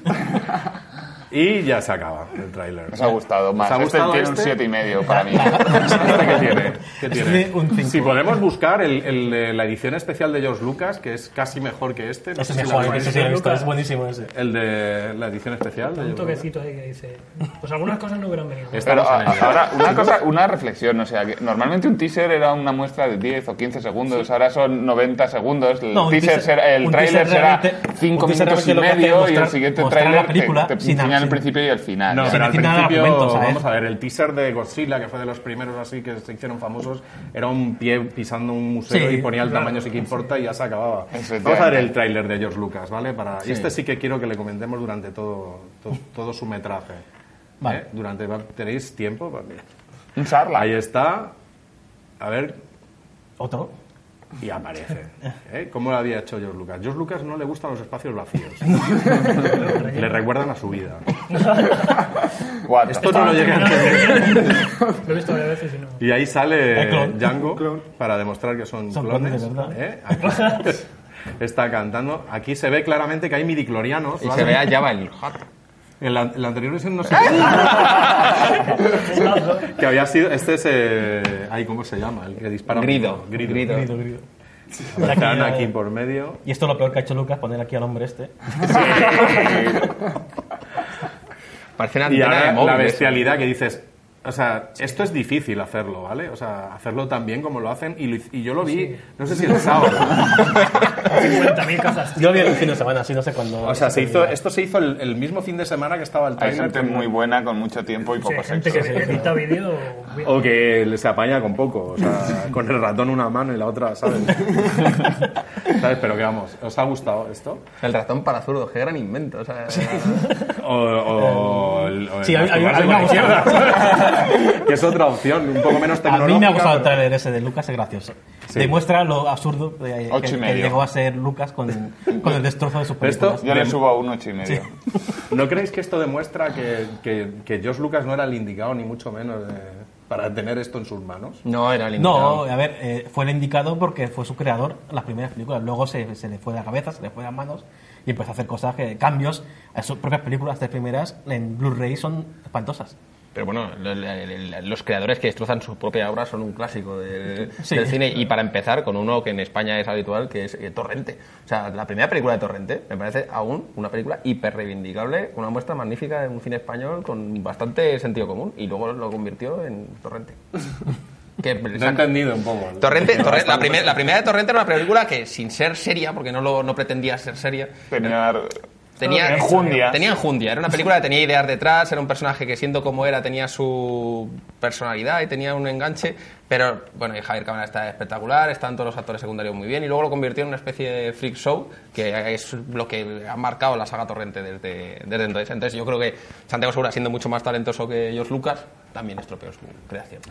A: Y ya se acaba el tráiler.
D: Nos ha gustado más.
A: ¿Os ha gustado
D: este tiene
A: este?
D: un siete y medio para mí.
A: ¿Este qué tiene? ¿Qué tiene?
E: Tiene un cinco.
A: Si podemos buscar el- el de la edición especial de George Lucas, que es casi mejor que este. no
E: Ese
A: sé
E: es
A: si la
E: mejor,
A: habéis
E: ese sí lo he visto,
F: Lucas.
E: es buenísimo ese.
A: visto. El de la edición especial de
F: Un
A: George Lucas.
F: toquecito ahí que dice. Pues algunas cosas no hubieran venido.
C: Este.
D: Pero
A: Estamos
D: a-
A: en ello.
D: ahora, una cosa, una reflexión, o sea, que normalmente un teaser era una muestra de 10 o 15 segundos, ahora son 90 segundos, el
E: No, un
D: teaser,
E: teaser-
D: será- el
E: un
D: tráiler
E: teaser
D: será
E: realmente-
D: 5
E: un teaser
D: minutos y
E: realmente lo que hace es
D: medio y el
E: mostrar-
D: siguiente
E: mostrar la
D: tráiler
E: película
D: te, te
E: sin
D: enseñan
E: nada,
D: el
E: sin-
D: principio y el final.
A: No,
D: Ya.
A: pero al
E: decir nada de
A: principio,
E: argumentos, ¿sabes?
A: vamos a ver, el teaser de Godzilla, que fue de los primeros así que se hicieron famosos, era un pie pisando un museo
E: Sí,
A: y ponía el tamaño sí que importa y ya se acababa.
D: Efectivamente.
A: Vamos a ver el tráiler de George Lucas, ¿vale? Para, y este sí que quiero que le comentemos durante todo, to- todo su metraje.
E: Vale.
A: ¿Eh? Durante, va- ¿Tenéis tiempo? Vale.
D: Un charla.
A: Ahí está. A ver,
E: Otro.
A: y aparece. ¿eh? ¿Cómo lo había hecho George Lucas? George Lucas no le gustan los espacios vacíos. le recuerdan a su vida.
D: What the
A: Esto
D: fuck.
A: no lo llega a entender.
F: Lo he visto varias veces y no.
A: Y ahí
E: El
A: sale
E: clon.
A: Django para demostrar que son,
E: Son
A: clones.
E: clones, ¿verdad?
A: ¿eh? Aquí está cantando. Aquí se ve claramente que hay midiclorianos.
C: Y
A: ¿vale?
C: se vea Java el hot.
A: En la, en la anterior versión no sé. que había sido. Este es. eh, ay, ¿cómo se llama? El que dispara.
C: Grido.
A: Grido.
C: Grido.
E: Grido, grido.
A: Están aquí por medio.
E: Y esto es lo peor que ha hecho Lucas, poner aquí al hombre este.
C: Parece una
A: Y
C: antena
A: ahora
C: de móvil.
A: la
C: eso.
A: bestialidad que dices. O sea, esto es difícil hacerlo, ¿vale? O sea, hacerlo tan bien como lo hacen. Y, lo hic- y yo lo vi, no sé si el sábado.
F: 50.000 cazas.
E: Yo vi el fin de semana, así no sé cuándo.
A: O sea, se hizo, esto se hizo el, el mismo fin de semana que estaba el
D: Hay
A: trailer.
D: gente muy buena con mucho tiempo y
F: Sí,
D: poco
C: pues
F: gente
D: sexo.
F: que edita vídeo.
A: O que le se apaña con poco, o sea, con el ratón una mano y la otra, ¿sabes? ¿Sabes? Pero que vamos, ¿os ha gustado esto?
C: El ratón para zurdos, qué gran invento. O sea,
A: O, o el- o el
E: Eh, Sí, a mí- a mí- a
A: masturbarse
E: mí me
A: con
E: ha
A: la izquierda. que es otra opción, un poco menos
E: A
A: tecnológica.
E: mí me ha gustado el
A: pero-
E: trailer ese de Lucas, es gracioso.
A: Sí.
E: Demuestra lo absurdo de-
D: Ocho y
E: que, que
D: medio.
E: llegó a ser Lucas con, con el destrozo de sus películas.
A: Esto-
D: Yo le subo a un ocho y medio.
A: ¿No creéis que esto demuestra que, que, que George Lucas no era el indicado, ni mucho menos, eh, para tener esto en sus manos?
C: no era el
E: No,
C: invento.
E: a ver, eh, fue el indicado porque fue su creador en las primeras películas. Luego se, se le fue de la cabeza, se le fue de las manos y empezó a hacer cosas, que, cambios a sus propias películas, las tres primeras en Blu-ray son espantosas.
C: Pero bueno, lo- la- la- los creadores que destrozan su propia obra son un clásico del,
E: Sí.
C: del cine. Y para empezar, con uno que en España es habitual, que es eh, Torrente. O sea, la primera película de Torrente me parece aún una película hiper reivindicable, una muestra magnífica de un cine español con bastante sentido común. Y luego lo convirtió en Torrente. Que-
A: No he entendido un poco.
C: Torrente, Torrente- la, primer- la primera de Torrente era una película que, sin ser seria, porque no, lo, no pretendía ser seria,
D: Tenía
C: Tenía
D: Enjundia.
C: Tenía enjundia. Era una película que tenía ideas detrás, era un personaje que siendo como era tenía su personalidad y tenía un enganche. Pero bueno, y Javier Cámara está espectacular, están todos los actores secundarios muy bien y luego lo convirtió en una especie de freak show que es lo que ha marcado la saga Torrente desde, desde entonces. Entonces yo creo que Santiago Segura, siendo mucho más talentoso que George Lucas, también estropeó su creación.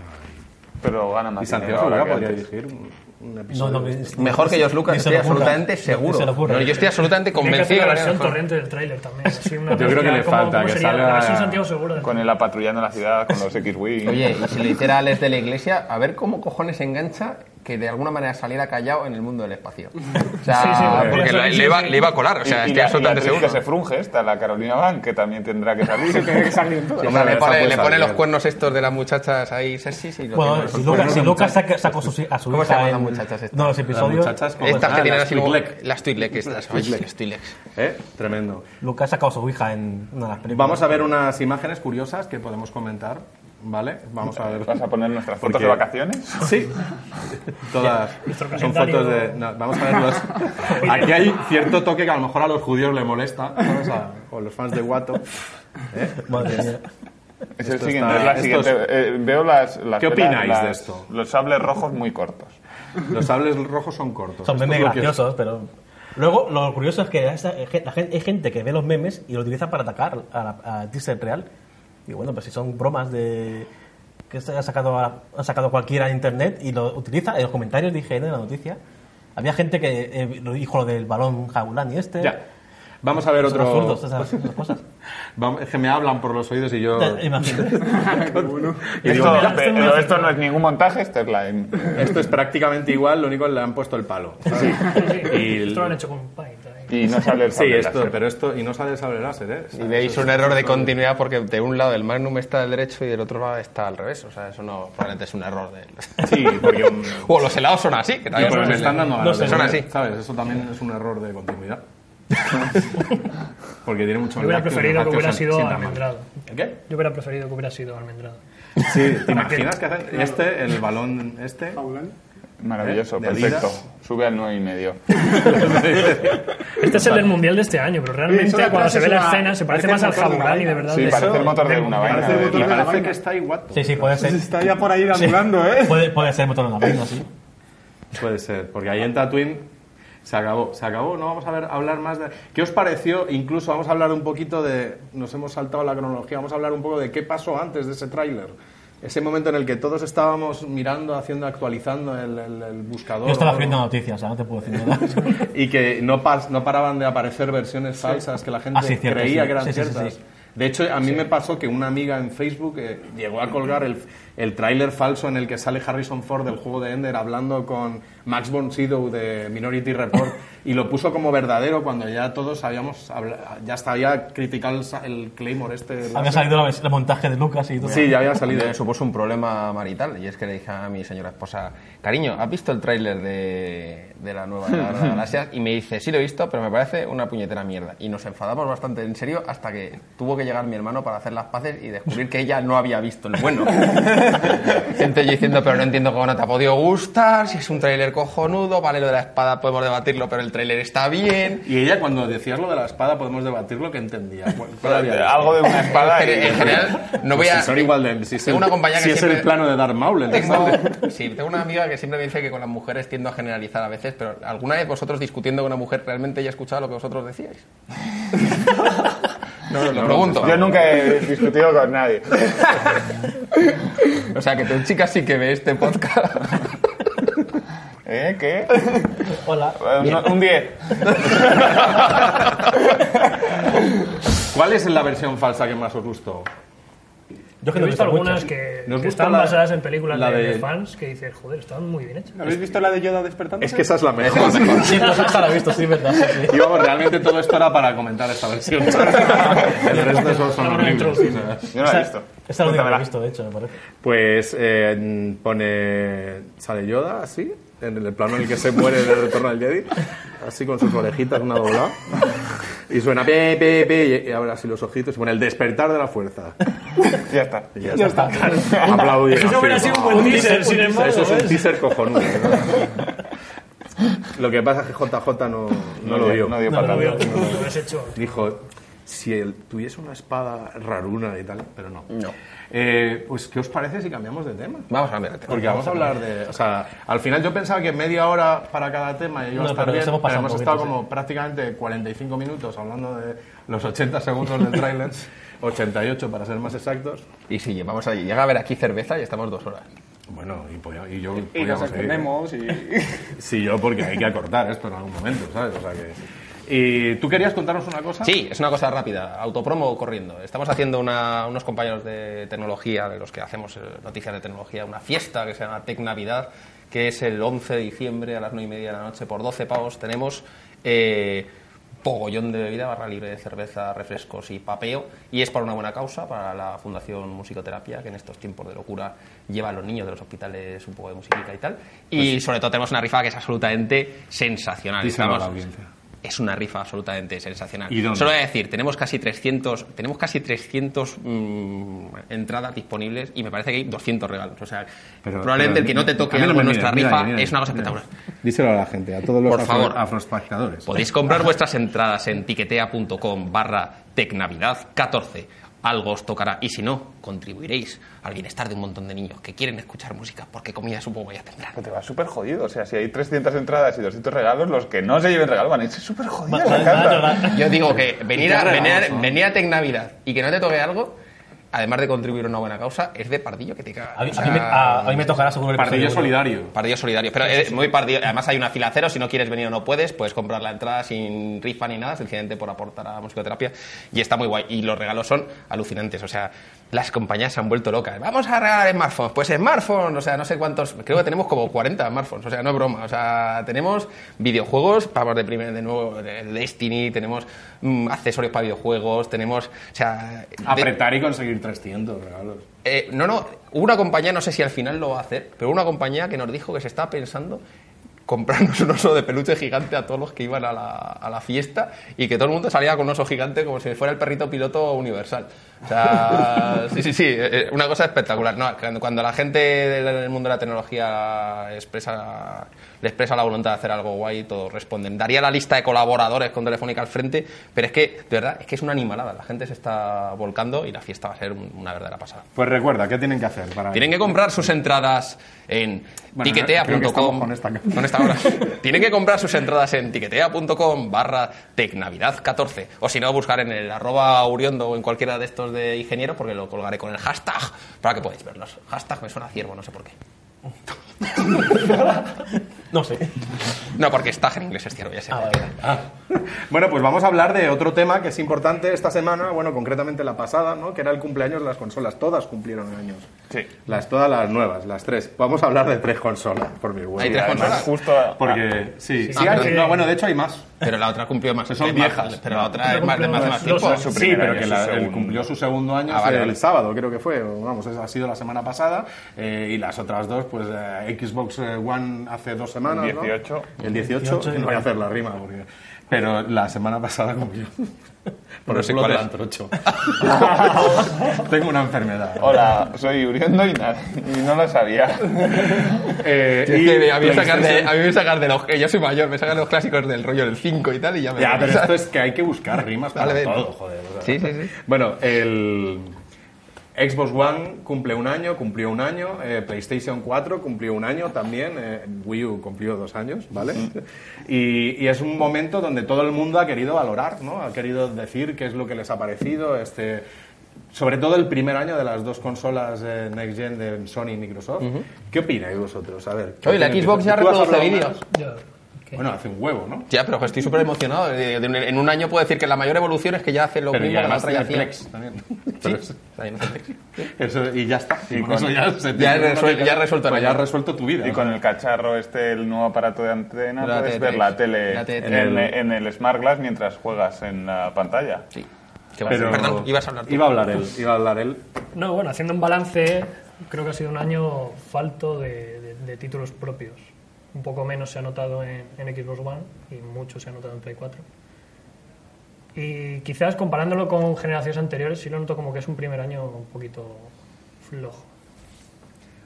D: pero gana más.
A: Y Santiago
D: dinero
A: Segura
D: ahora que
A: podría
D: antes.
A: dirigir un, un
E: No,
A: episodio.
E: no,
A: de esto.
E: es-
C: Mejor que George Lucas,
E: ni se
C: estoy
E: lo ocurra,
C: absolutamente
E: ni se
C: seguro.
E: lo ocurra.
C: No, yo estoy absolutamente
F: Tenía que hacer
C: convencido
F: la
C: que lo haría
F: versión
C: mejor.
F: torrente del tráiler también. así una
A: Yo creo que
F: mezcla,
A: le
F: ¿cómo-
A: falta
F: cómo
A: que
F: sería
A: salga-
F: La versión Santiago Segura.
D: Con el apatrullando la ciudad, con los X-Wing.
C: Oye, y si lo hiciera Alex de la Iglesia, a ver cómo cojones engancha que de alguna manera saliera callado en el mundo del espacio. O sea,
F: Sí, sí, por
C: porque
F: eso
C: lo-
F: sí,
C: le, iba,
F: sí.
C: le iba a colar, o sea,
D: Y-
A: este
D: y
C: estoy
D: la- y
C: absolutamente
D: la actriz
C: seguro.
D: que se frunge, está la Carolina Van, que también tendrá que salir.
B: Tiene que salir en todo.
D: Sí,
C: Hombre,
D: esa-
C: le
D: esa
C: pone,
D: puede
C: le pone
D: salir.
C: los cuernos estos de las muchachas ahí sexy y lo
E: Bueno,
C: tiene.
E: si Lucas, si Lucas saca- sacó su, a su
C: ¿Cómo se
E: hija
C: llaman las
E: en-
C: muchachas estas?
E: No, los episodios.
A: muchachas con-
C: Estas que
A: Ah,
C: tienen
A: las
C: así como...
A: Twi'lek.
C: Las Twi'lek, estas. ay, las Twi'lek.
A: ¿Eh? Tremendo.
E: Lucas sacó a su hija en una de las películas.
A: Vamos a ver unas imágenes curiosas que podemos comentar, ¿vale? Vamos a ver.
D: ¿Vas a poner nuestras fotos
A: Porque-
D: de vacaciones?
A: Sí. Todas
F: Nuestro
A: son
F: calendario.
A: fotos de... no, vamos a ver los... Aquí hay cierto toque que a lo mejor a los judíos le molesta, ¿sabes? A- o los fans de Watto.
E: Madre mía.
D: Es el
A: Esto
D: siguiente,
A: está-
D: es la
A: esto
D: siguiente.
A: es-
D: Eh, veo las, las
A: ¿Qué
D: velas,
A: opináis de
D: las-
A: esto?
D: Los sables rojos muy cortos.
A: Los sables rojos son cortos.
E: Son
A: Esto
E: memes
A: es lo que-
E: graciosos, pero... Luego, lo curioso es que esa- la gente- hay gente que ve los memes y lo utiliza para atacar a, la- a Disney real. Y bueno, pues si son bromas de que se ha sacado, a- ha sacado cualquiera en internet y lo utiliza en los comentarios de IGN en la noticia. Había gente que eh, lo dijo lo del balón jaulani este.
A: Ya. Vamos a ver
E: Son
A: otro...
E: absurdos esas, esas cosas.
A: Vamos- Es que me hablan por los oídos y yo...
E: Te- imagínate.
A: y digo,
D: Esto,
E: mira,
D: pero
E: esto es-
D: esto no es ningún montaje, ¿eh? esto es la...
A: Esto es prácticamente igual, lo único que le han puesto el palo. ¿sabes? Y el-
F: Esto lo han hecho con Paint. ¿eh? ahí.
D: Y no sale el
A: Sí,
D: sable
A: esto,
D: láser.
A: pero esto... Y no sale el sable láser, ¿eh?
C: Y veis un error de continuidad porque de un lado el Magnum está al derecho y del otro lado está al revés. O sea, eso no, probablemente es un error de él.
A: Sí, porque... um,
C: O los helados son así, que también
A: Pero
C: son
A: me
C: así.
A: están dando ganas
E: No sé,
A: de
C: son
A: comer,
C: así.
A: ¿Sabes? Eso también es un error de continuidad. Porque tiene mucho
F: Yo hubiera
A: lácteos,
F: preferido que
A: lácteos
F: hubiera
A: sin-
F: sido
A: sin tamaño.
F: almendrado.
A: ¿Qué?
F: Yo hubiera preferido que hubiera sido almendrado.
A: Sí, ¿te imaginas que hacen este, el balón este?
D: Maravilloso,
A: ¿Eh? ¿De
D: perfecto.
A: Adidas?
D: Sube al 9 y medio.
F: Este es el del mundial de este año, pero
B: Sí, es
F: realmente
B: una
F: cuando se ve
B: clase,
F: la
B: es una-
F: escena se parece
B: parece
F: más al
B: motor de una
F: Jabulani, de
B: vaina.
F: verdad.
D: Sí,
F: de-
D: parece el motor de una vaina.
A: Parece
D: de-
A: el botón
D: de-
A: y
B: la
A: parece
B: vaina.
A: que está igual.
E: Sí, sí, puede ser.
B: Está ya por ahí deambulando, ¿eh?
E: Puede, puede ser motor de la vaina, sí.
A: Puede ser, porque ahí en Tatooine se acabó, se acabó, no vamos a ver, hablar más de... ¿Qué os pareció? Incluso vamos a hablar un poquito de... Nos hemos saltado la cronología, vamos a hablar un poco de qué pasó antes de ese tráiler. Ese momento en el que todos estábamos mirando, haciendo, actualizando el, el- el buscador.
E: Yo estaba
A: o algo,
E: escribiendo noticias, o sea, no te puedo decir nada.
A: Y que no, pas- no paraban de aparecer versiones falsas que la gente
E: Ah, sí, cierto,
A: creía
E: sí.
A: que eran
E: Sí, sí, sí,
A: ciertas.
E: sí.
A: De hecho, a mí me pasó que una amiga en Facebook eh, llegó a colgar el, el tráiler falso en el que sale Harrison Ford del juego de Ender hablando con Max von Sydow de Minority Report y lo puso como verdadero cuando ya todos habíamos habla- ya hasta había criticado el, sa- el Claymore este.
E: Había salido la- el montaje de Lucas y todo.
A: Sí, ya había salido.
C: Me supuso un problema marital y es que le dije a mi señora esposa, cariño, ¿has visto el tráiler de, de la nueva Guerra de las Galaxias? Y me dice, sí lo he visto, pero me parece una puñetera mierda. Y nos enfadamos bastante en serio hasta que tuvo que llegar mi hermano para hacer las paces y descubrir que ella no había visto el bueno. Gente yo diciendo, pero no entiendo cómo no te ha podido gustar, si es un tráiler cojonudo, vale, lo de la espada podemos debatirlo, pero el tráiler está bien.
A: Y ella, cuando decías lo de la espada, podemos debatir lo que entendía. ¿Cuál- cuál había dicho?
D: Algo de una espada. y-
C: En general, no voy
A: Pues
C: a...
A: si son igual de. Si, es
C: Tengo
A: el-
C: una compañía que
A: si es
C: siempre-
A: el plano de Darth Maul, entonces,
C: Tengo,
A: ¿vale?
C: sí, tengo una amiga que siempre me dice que con las mujeres tiendo a generalizar a veces, pero ¿alguna vez vosotros discutiendo con una mujer realmente ella escuchaba lo que vosotros decíais? No, lo pregunto.
D: Yo nunca he discutido con nadie.
C: O sea, que tu chica sí que ve este podcast.
D: ¿Eh? ¿Qué?
E: Hola.
D: Un- Un 10.
A: ¿Cuál es la versión falsa que más os gustó?
E: Yo es que
F: He
E: no
F: visto
E: muchas.
F: algunas que,
A: Nos
F: que
A: gusta
F: están
A: la-
F: basadas en películas
A: la
F: de,
A: de-
F: de fans que dices, joder, están muy bien hechas.
B: ¿Habéis visto la de Yoda despertando?
A: esa es la mejor.
E: Sí, pero esa la he visto, sí, verdad. sí, sí.
A: Y vamos, realmente todo esto era para comentar esta versión. El resto son, son
F: Ahora
A: horribles.
F: introducimos.
A: o sea.
D: Yo no la he visto.
E: Esa es la única que
D: Cuéntamela.
E: he visto, de hecho, me parece.
A: Pues eh, pone. Sale Yoda así, en el plano en el que se muere en el retorno del Jedi, así con sus orejitas, una doblada. Y suena pe, pe, pe, y abre así los ojitos y pone el despertar de la fuerza.
D: Ya está.
A: Y ya, está. Aplaudir.
F: Eso hubiera sido un buen teaser, sin embargo.
A: Eso es un
F: ¿ves?
A: teaser cojonudo. ¿no? Lo que pasa es que JJ no, no lo vio.
D: No dio
E: No
D: para
E: lo
D: tanto.
E: veo.
F: Lo has hecho.
A: Dijo, si él tuviese una espada raruna y tal, pero no.
C: No.
A: Eh, pues, ¿qué os parece si cambiamos de tema?
C: Vamos a ver.
A: Porque vamos a hablar de... O sea, al final yo pensaba que media hora para cada tema iba
E: No,
A: a estar
E: pero nos
A: bien, pero
E: hemos pasado
A: hemos
E: un
A: estado
E: poquito,
A: como prácticamente 45 minutos hablando de los 80 segundos del tráiler, 88 para ser más exactos.
C: Y sí, vamos allí. Llega a ver aquí cerveza y estamos dos horas.
A: Bueno, y, polla- y yo...
B: Y nos
A: podíamos seguir.
B: extendemos y...
A: Sí, yo porque hay que acortar esto en algún momento, ¿sabes? O sea que... ¿Y tú querías contarnos una cosa?
C: Sí, es una cosa rápida. Autopromo corriendo. Estamos haciendo una- unos compañeros de tecnología, de los que hacemos eh, noticias de tecnología, una fiesta que se llama Tec Navidad, que es el 11 de diciembre a las 9 y media de la noche. Por 12 pavos tenemos eh, pogollón de bebida, barra libre de cerveza, refrescos y papeo. Y es para una buena causa, para la Fundación Musicoterapia, que en estos tiempos de locura lleva a los niños de los hospitales un poco de musiquita y tal. Y sobre todo tenemos una rifa que es absolutamente sensacional.
A: Pues Díselo a la
C: Estamos-
A: audiencia.
C: es una rifa absolutamente sensacional.
A: ¿Y dónde?
C: Solo voy a decir, tenemos casi 300, tenemos casi 300 mm, entradas disponibles y me parece que hay 200 regalos. O sea,
A: Pero- pero-
C: probablemente el que no te toque
A: a mí no
C: algo
A: me
C: en
A: mires,
C: nuestra
A: mira,
C: rifa
A: mira,
C: es una cosa
A: mira.
C: espectacular.
A: Díselo a la gente, a todos los
C: Por
A: afro-
C: favor.
A: afroespectadores.
C: Podéis comprar vuestras entradas en tiquetea.com barra tecnavidad 14. Algo os tocará y si no, contribuiréis al bienestar de un montón de niños que quieren escuchar música porque comida supongo ya tendrán.
D: Pero Te vas súper jodido. O sea, si hay 300 entradas y 200 regalos, los que no se lleven regalos van a irse súper jodidos. Me encanta.
C: Yo digo que venir a,
A: Ya regalamos,
C: venir,
A: ¿no?
C: venir a Tecnavidad y que no te toque algo, además de contribuir a una buena causa, es de pardillo que te caga.
E: A mí, a mí me, a- a mí me tocará seguro el
A: Partido
E: episodio uno.
A: solidario.
C: Pardillo solidario, pero es muy pardillo. Además hay una fila cero, si no quieres venir o no puedes, puedes comprar la entrada sin rifa ni nada, sencillamente por aportar a la musicoterapia y está muy guay. Y los regalos son alucinantes, o sea, las compañías se han vuelto locas. Vamos a regalar smartphones, pues smartphones, o sea, no sé cuántos, creo que tenemos como 40 smartphones, o sea, no es broma, o sea, tenemos videojuegos, vamos de primer de nuevo, de Destiny, tenemos mm, accesorios para videojuegos, tenemos, o sea... de-
A: Apretar y conseguir 300 regalos.
C: eh, no, no, hubo una compañía, no sé si al final lo va a hacer, pero hubo una compañía que nos dijo que se está pensando comprarnos un oso de peluche gigante a todos los que iban a la, a la fiesta y que todo el mundo salía con un oso gigante como si fuera el perrito piloto universal. O sea, sí, sí, sí, eh, eh, una cosa espectacular. No, cuando- cuando la gente del mundo de la tecnología expresa, le expresa la voluntad de hacer algo guay, todos responden. Daría la lista de colaboradores con Telefónica al frente, pero es que, de verdad, es que es una animalada. La gente se está volcando y la fiesta va a ser un- una verdadera pasada.
A: Pues recuerda, ¿qué tienen que hacer para
C: Tienen que comprar sus entradas en
A: Bueno, no, creo que
C: tiquetea.com.
A: estamos con esta cámara.
C: hasta ahora. Tienen que comprar sus entradas en tiquetea.com barra tecnavidad14 o si no, buscar en el arroba uriondo o en cualquiera de estos de ingenieros porque lo colgaré con el hashtag para que podáis verlos. Hashtag me suena a ciervo, no sé por qué.
E: No sé.
C: No, porque está en inglés es ciervo, ya sé.
E: Ah, vale, vale.
A: Bueno, pues vamos a hablar de otro tema que es importante esta semana, bueno, concretamente la pasada, ¿no? Que era el cumpleaños de las consolas. Todas cumplieron años.
D: Sí.
A: Las, todas las nuevas, las tres. Vamos a hablar de tres consolas, por mi
C: Hay
A: web.
C: tres
D: Además,
C: consolas. Ah.
D: justo
A: Pues
D: a-
A: Porque, sí.
F: sí,
A: hay-
F: porque-
A: no, bueno, de hecho hay más.
C: Pero la otra cumplió más.
A: Son
C: es más-
A: viejas.
C: Pero la otra es más de
F: Cumplió
C: más,
F: más-
C: más
F: dos
C: tiempo.
F: años.
D: su
A: Sí,
D: primer
A: pero
D: año,
A: que
D: su
A: la- él
D: segundo.
A: cumplió su segundo año
C: Ah, vale,
A: el
C: vale.
A: sábado, creo que fue, o, vamos, esa ha sido la semana pasada, eh, y las otras dos, pues eh, Xbox eh, One hace dos semanas,
D: El
A: ¿no?
D: 18.
A: El 18, no voy a hacer la rima, porque... pero la semana pasada cumplió. Por
C: No
A: el
C: sé
A: culo
C: cuál
A: te
C: es.
A: dan trocho. Tengo una enfermedad.
D: Hola, soy Uriondo y, nada- y no lo sabía.
A: Eh,
C: Es que a mí, me sacan de,
A: PlayStation-
C: a mí me sacan de los... que Yo soy mayor, me sacan de los clásicos del rollo del 5 y tal y ya me...
A: Ya, pero esto es que hay que buscar rimas para
C: Dale, ven.
A: todo, joder. o sea.
C: Sí, sí, sí.
A: Bueno, el Xbox One cumple un año, cumplió un año, eh, PlayStation 4 cumplió un año también, eh, Wii U cumplió dos años, ¿vale? Y, y es un momento donde todo el mundo ha querido valorar, ¿no? Ha querido decir qué es lo que les ha parecido, este... Sobre todo el primer año de las dos consolas eh, Next Gen de Sony y Microsoft. ¿Qué opináis vosotros? A ver.
C: Oye, la
A: ¿quién
C: Xbox
A: empieza?
C: ya
A: ¿Tú has
C: reproduce
A: hablado más?
C: vídeos.
F: Yo- ¿qué?
A: Bueno, hace un huevo, ¿no?
C: Ya, pero estoy súper emocionado. Eh, de un- En un año puedo decir que la mayor evolución es que ya hace lo
A: Pero
C: mismo
A: ya
C: que la
A: además
C: otra ya
A: tiene
C: hacía.
A: Plex también.
C: Sí,
A: Pero es-
C: también hace Plex.
A: Eso, y ya está. Y con
D: con-
A: eso ya se
C: ya
A: tiene
C: he
A: una
C: resuel-
A: tecla-
C: ya he resuelto
A: pues
C: la
A: ya has
C: vida.
A: resuelto tu vida.
D: Y con el cacharro este, el nuevo aparato de antena,
C: La
D: puedes
C: T3.
D: ver la tele
C: La T3.
D: en, el, en el Smart Glass mientras juegas en la pantalla.
C: Sí. ¿Qué vas a hacer? Perdón, ibas a hablar tú.
A: Iba a hablar él. Iba a hablar él.
F: No, bueno, haciendo un balance, creo que ha sido un año falto de, de- de títulos propios. Un poco menos se ha notado en, en Xbox One y mucho se ha notado en Play 4. Y quizás comparándolo con generaciones anteriores, sí lo noto como que es un primer año un poquito flojo.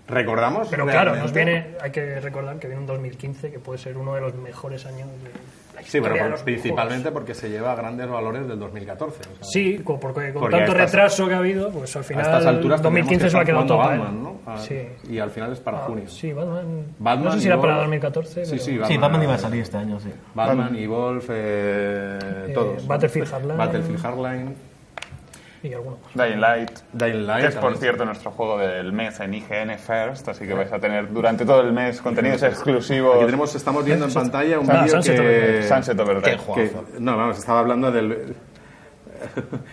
A: ¿Recordamos?
F: Pero claro,
A: realmente?
F: nos viene, hay que recordar que viene un 2015 que puede ser uno de los mejores años de la
A: Sí,
F: historia
A: pero
F: de
A: por-
F: los
A: principalmente
F: videojuegos.
A: porque se lleva grandes valores del 2014. o sea,
F: Sí, co- porque con
A: Porque a
F: tanto
A: estas-
F: retraso que ha habido, pues al
A: A
F: final
A: estas alturas tendríamos
F: 2015
A: que
F: se va a
A: estar
F: quedar todo
A: jugando
F: para él.
A: Batman, ¿no? Ah,
F: Sí. Ah,
A: Y al final es para junio.
F: Sí, Batman.
A: Batman
F: no sé si
A: y
F: era para
A: Wolf.
F: 2014.
A: Sí,
F: pero-
A: sí,
E: Sí, Batman iba a salir este año, sí.
A: Batman, Evolve, eh, todos. ¿no?
F: Battlefield Hardline.
A: Battlefield Hardline,
F: Y alguno más.
D: Dying Light.
A: Dying Light.
D: Que es, por
A: también.
D: cierto, nuestro juego del mes en IGN First, así que vais a tener durante todo el mes contenidos exclusivos.
A: Aquí tenemos, estamos viendo en pantalla un
F: Ah,
A: vídeo
F: Sunset
A: que...
F: Overdrive.
D: Sunset Overdrive.
C: Qué juego.
A: que- no, vamos, estaba hablando del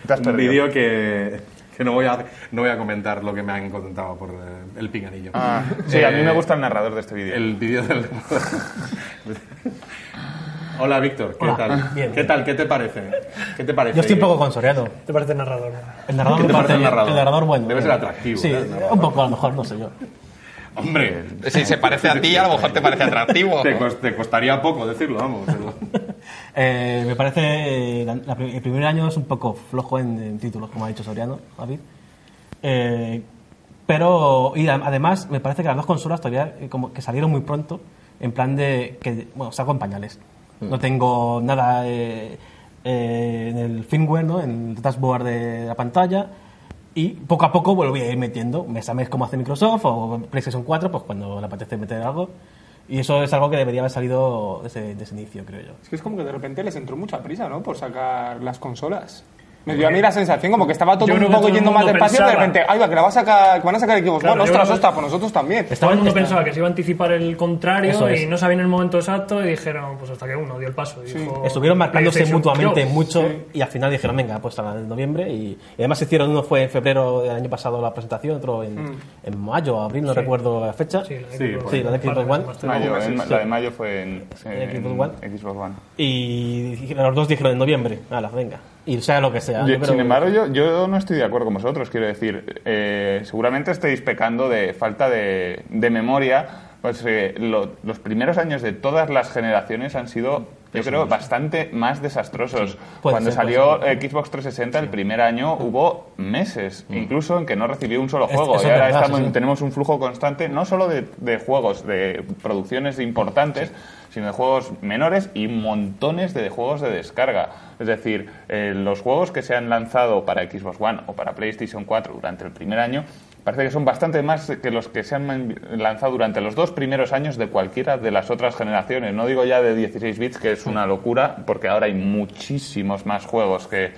D: Te has
A: un
D: perdido.
A: vídeo que, que no, voy a, no voy a comentar lo que me han contado por eh, el pinganillo.
D: Ah, sí, a mí me gusta el narrador de este vídeo.
A: El vídeo del... Hola, Víctor, ¿qué
E: Hola.
A: tal?
E: Bien,
A: ¿Qué
E: bien.
A: tal? ¿Qué te parece? ¿Qué te parece?
E: Yo estoy un poco con Soriano.
F: Te parece narrador.
E: El narrador,
A: ¿Qué
E: me
A: te parece el narrador?
E: el narrador bueno.
A: Debe
E: eh.
A: ser atractivo,
E: Sí,
A: ¿eh? El narrador.
E: un poco a lo mejor, no sé yo.
A: Hombre,
C: Si se parece a ti, a lo mejor te parece atractivo.
A: te, cos- te costaría poco decirlo, vamos.
E: Eh, me parece eh, la- la pri- el primer año es un poco flojo en, en títulos, como ha dicho Soriano, David. Eh, pero y a- además me parece que las dos consolas todavía eh, como que salieron muy pronto, en plan de que bueno salgo en pañales. No tengo nada eh, eh, en el firmware, ¿no? en el dashboard de la pantalla. Y poco a poco volví a ir metiendo, mes a mes como hace Microsoft o PlayStation 4, pues cuando le apetece meter algo. Y eso es algo que debería haber salido desde, desde el inicio, creo yo.
B: Es que es como que de repente les entró mucha prisa, ¿no? Por sacar las consolas. Me dio a mí la sensación como que estaba todo
F: Yo
B: un
F: creo que
B: poco
F: todo el
B: yendo más
F: mundo
B: despacio y de
F: pensaba.
B: repente, ay, va, que la va a sacar, que van a sacar equipos.
F: Claro,
B: bueno,
F: yo
B: ostras,
F: creo-
B: ostras, pues nosotros también.
F: Todo el mundo
E: está-
F: pensaba que se iba a anticipar el contrario
E: Eso es.
F: y no sabían el momento exacto y dijeron, pues hasta que uno dio el paso. y dijo,
E: Estuvieron marcándose
F: PlayStation
E: mutuamente
F: Pro.
E: mucho y al final dijeron, venga, pues a la de noviembre. Y, y además hicieron uno fue en febrero del año pasado la presentación, otro en, en mayo, abril, no recuerdo la fecha.
F: Mm. Sí, la de
A: Sí,
F: Xbox
A: sí,
E: la de Xbox
F: One. Pues
E: One.
D: Mayo, en-
E: sí.
D: La de mayo fue en,
E: ¿En
D: en
E: Xbox
D: Xbox One.
E: Y dijeron- los dos dijeron en noviembre, ala, venga. Y sea lo que sea.
D: Yo-
E: yo creo
D: sin
E: que-
D: embargo, yo, yo no estoy de acuerdo con vosotros. Quiero decir, eh, seguramente estáis pecando de falta de, de memoria. Pues eh, lo- los primeros años de todas las generaciones han sido, yo creo, bastante más desastrosos.
E: puede
D: Cuando
E: ser, puede
D: salió eh, Xbox 360, el primer año hubo meses, incluso en que no recibió un solo
E: Es-
D: juego. y
E: eso es
D: ahora
E: verdad,
D: estamos,
E: sí, sí.
D: tenemos un flujo constante, no solo de, de juegos, de producciones importantes, sino de juegos menores y montones de juegos de descarga. Es decir, eh, los juegos que se han lanzado para Xbox One o para PlayStation 4 durante el primer año Parece que son bastante más que los que se han man- lanzado durante los dos primeros años de cualquiera de las otras generaciones. No digo ya de 16 bits, que es una locura, porque ahora hay muchísimos más juegos que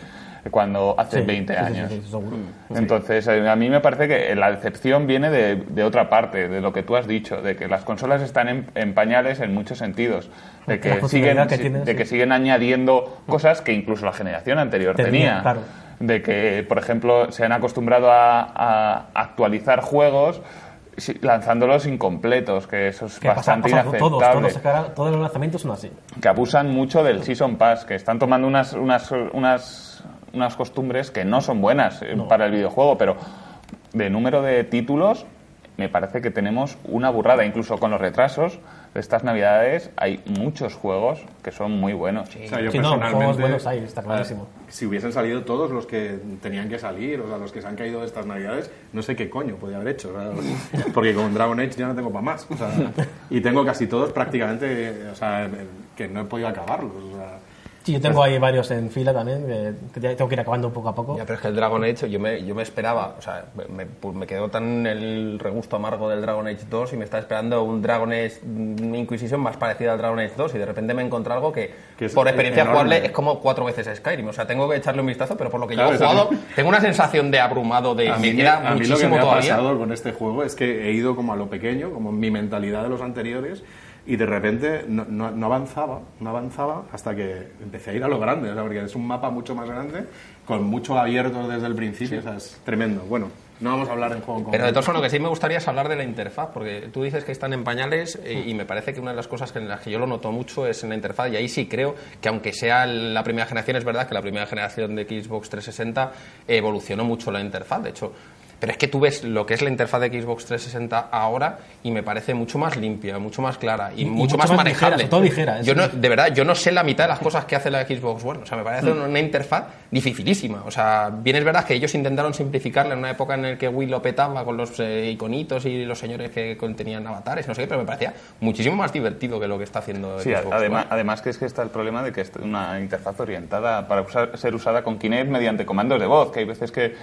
D: cuando hace
E: Sí,
D: 20
E: sí, sí,
D: años. Mm.
E: sí, sí, seguro.
D: Entonces, eh, a mí me parece que la decepción viene de, de otra parte, de lo que tú has dicho, de que las consolas están en, en pañales en muchos sentidos, de que,
E: La
D: siguen,
E: posibilidad que tienes,
D: de
E: sí.
D: que siguen añadiendo cosas que incluso la generación anterior
E: Tenía,
D: tenía.
E: claro.
D: De que, por ejemplo, se han acostumbrado a, a actualizar juegos si- lanzándolos incompletos, que eso es
E: Que pasa,
D: bastante
E: pasa con todos,
D: inaceptable
E: todos, es que ahora todos los lanzamientos son así.
D: que abusan mucho del Season Pass, que están tomando unas, unas, unas, unas costumbres que no son buenas eh, para el videojuego, pero de número de títulos me parece que tenemos una burrada, incluso con los retrasos de estas navidades hay muchos juegos que son muy buenos.
A: O sea, yo
E: Sí, no, juegos
A: personalmente,
E: buenos hay, está clarísimo.
A: ah, Si hubiesen salido todos los que tenían que salir, o sea, los que se han caído de estas navidades, no sé qué coño podía haber hecho. o sea, porque con Dragon Age ya no tengo para más. o sea, y tengo casi todos prácticamente, o sea, que no he podido acabarlos. o sea.
E: Sí, yo
D: Pues
E: tengo ahí varios en fila también, que- que ya tengo que ir acabando poco a poco.
C: Ya, pero es que el Dragon Age, yo me, yo me esperaba, o sea, me- me, pues me quedó tan el regusto amargo del Dragon Age 2 y me estaba esperando un Dragon Age mm, Inquisition más parecido al Dragon Age 2 y de repente me encontré algo que,
A: Que es
C: por experiencia
A: enorme.
C: jugable es como cuatro veces Skyrim, o sea, tengo que echarle un vistazo, pero por lo que
A: Claro,
C: yo he
A: eso
C: jugado, tengo una sensación de abrumado, de
A: A
C: me
A: mí, me-
C: queda
A: a mí lo que
C: muchísimo
A: me ha
C: todavía.
A: pasado con este juego es que he ido como a lo pequeño, como mi mentalidad de los anteriores, y de repente no, no- no avanzaba, no avanzaba hasta que empecé a ir a lo grande, o sea, porque es un mapa mucho más grande, con mucho abierto desde el principio, o sea, es tremendo. Bueno, no vamos a hablar del juego en
C: Pero de
A: concreto.
C: todas formas, lo que sí me gustaría es hablar de la interfaz, porque tú dices que están en pañales eh,
E: Hmm.
C: y me parece que una de las cosas que en las que yo lo noto mucho es en la interfaz y ahí sí creo que aunque sea la primera generación, es verdad que la primera generación de Xbox 360 evolucionó mucho la interfaz, de hecho. Pero es que tú ves lo que es la interfaz de Xbox 360 ahora y me parece mucho más limpia, mucho más clara y, mucho,
E: mucho
C: más,
E: más ligera,
C: manejable.
E: sobre todo ligera,
C: yo
E: eso
C: no, de verdad, yo no sé la mitad de las cosas que hace la Xbox One. O sea, me parece
A: Mm.
C: una, una interfaz dificilísima. O sea, bien es verdad que ellos intentaron simplificarla en una época en la que Wii lo petaba con los eh, iconitos y los señores que contenían avatares, no sé qué, pero me parecía muchísimo más divertido que lo que está haciendo
D: Sí,
C: Xbox
D: además,
C: One.
D: además que es que está el problema de que es una interfaz orientada para usar- ser usada con Kinect mediante comandos de voz, que hay veces que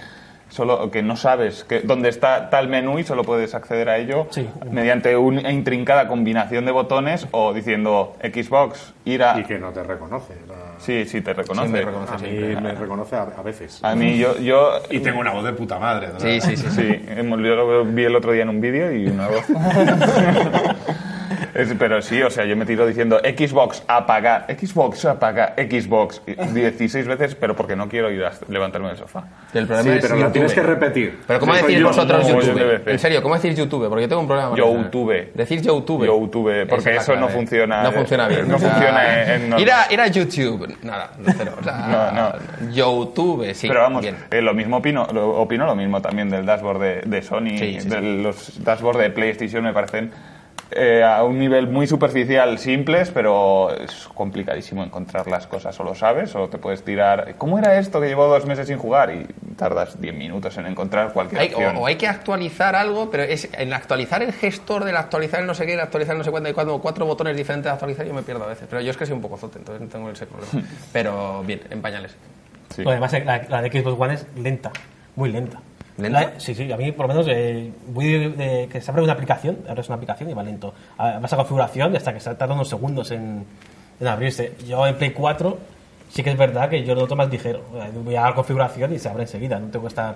D: solo que no sabes que, dónde está tal menú y solo puedes acceder a ello
E: Sí.
D: mediante una intrincada combinación de botones o diciendo Xbox, ir a...
A: Y que no te reconoce. o sea,
D: Sí, sí, te reconoce.
C: Sí, me reconoce
A: a mí
C: siempre. Ah.
A: me reconoce a, a veces.
D: A mí yo... yo
A: Y tengo una voz de puta madre. de
C: Sí,
A: verdad.
C: sí, sí. sí.
D: Sí, hemos- yo lo vi el otro día en un vídeo y una voz. Es- pero sí, o sea, yo me tiro diciendo Xbox apagar, Xbox apagar, Xbox y 16 veces, pero porque no quiero ir a levantarme del sofá.
C: El
A: Sí,
C: problema es
A: pero la
C: YouTube.
A: tienes que repetir.
C: Pero ¿cómo
A: Soy
C: decís
A: yo,
C: vosotros
A: no,
D: yo
C: YouTube?
D: de veces.
C: En serio, ¿cómo decís YouTube? Porque yo tengo un problema. con eso.
D: YouTube.
C: Decís YouTube.
D: YouTube, porque
C: es la
D: eso no
C: clave.
D: funciona-
C: No funciona bien.
D: no
C: o sea,
D: funciona en- en normal.
C: ir, a, ir a YouTube. Nada, no, cero, o sea, YouTube, sí.
D: pero vamos,
C: bien.
D: eh, lo mismo opino, lo, opino lo mismo también del dashboard de, de Sony,
C: Sí, sí,
D: de los dashboard de PlayStation me parecen eh, a un nivel muy superficial simples, pero es complicadísimo encontrar las cosas, o lo sabes, o te puedes tirar, ¿cómo era esto que llevo dos meses sin jugar? Y tardas 10 minutos en encontrar cualquier
C: Hay-
D: opción.
C: o, o hay que actualizar algo, pero es en actualizar el gestor, del actualizar el no sé qué, el actualizar el no sé cuánto, y cuando cuatro botones diferentes de actualizar, yo me pierdo a veces. Pero yo es que soy un poco zote, entonces no tengo ese problema. Pero bien, en pañales.
D: Sí.
E: Pero Además, la, la de Xbox One es lenta, muy lenta.
C: ¿Lenta?
E: La- sí, sí, a mí por lo menos eh, voy de- de- que se abre una aplicación, ahora es una aplicación y va lento. A- Vas a configuración y hasta que se tarda unos segundos en, en abrirse. Yo en Play 4 sí que es verdad que yo lo noto más ligero. Eh, Voy a la configuración y se abre enseguida, no tengo que estar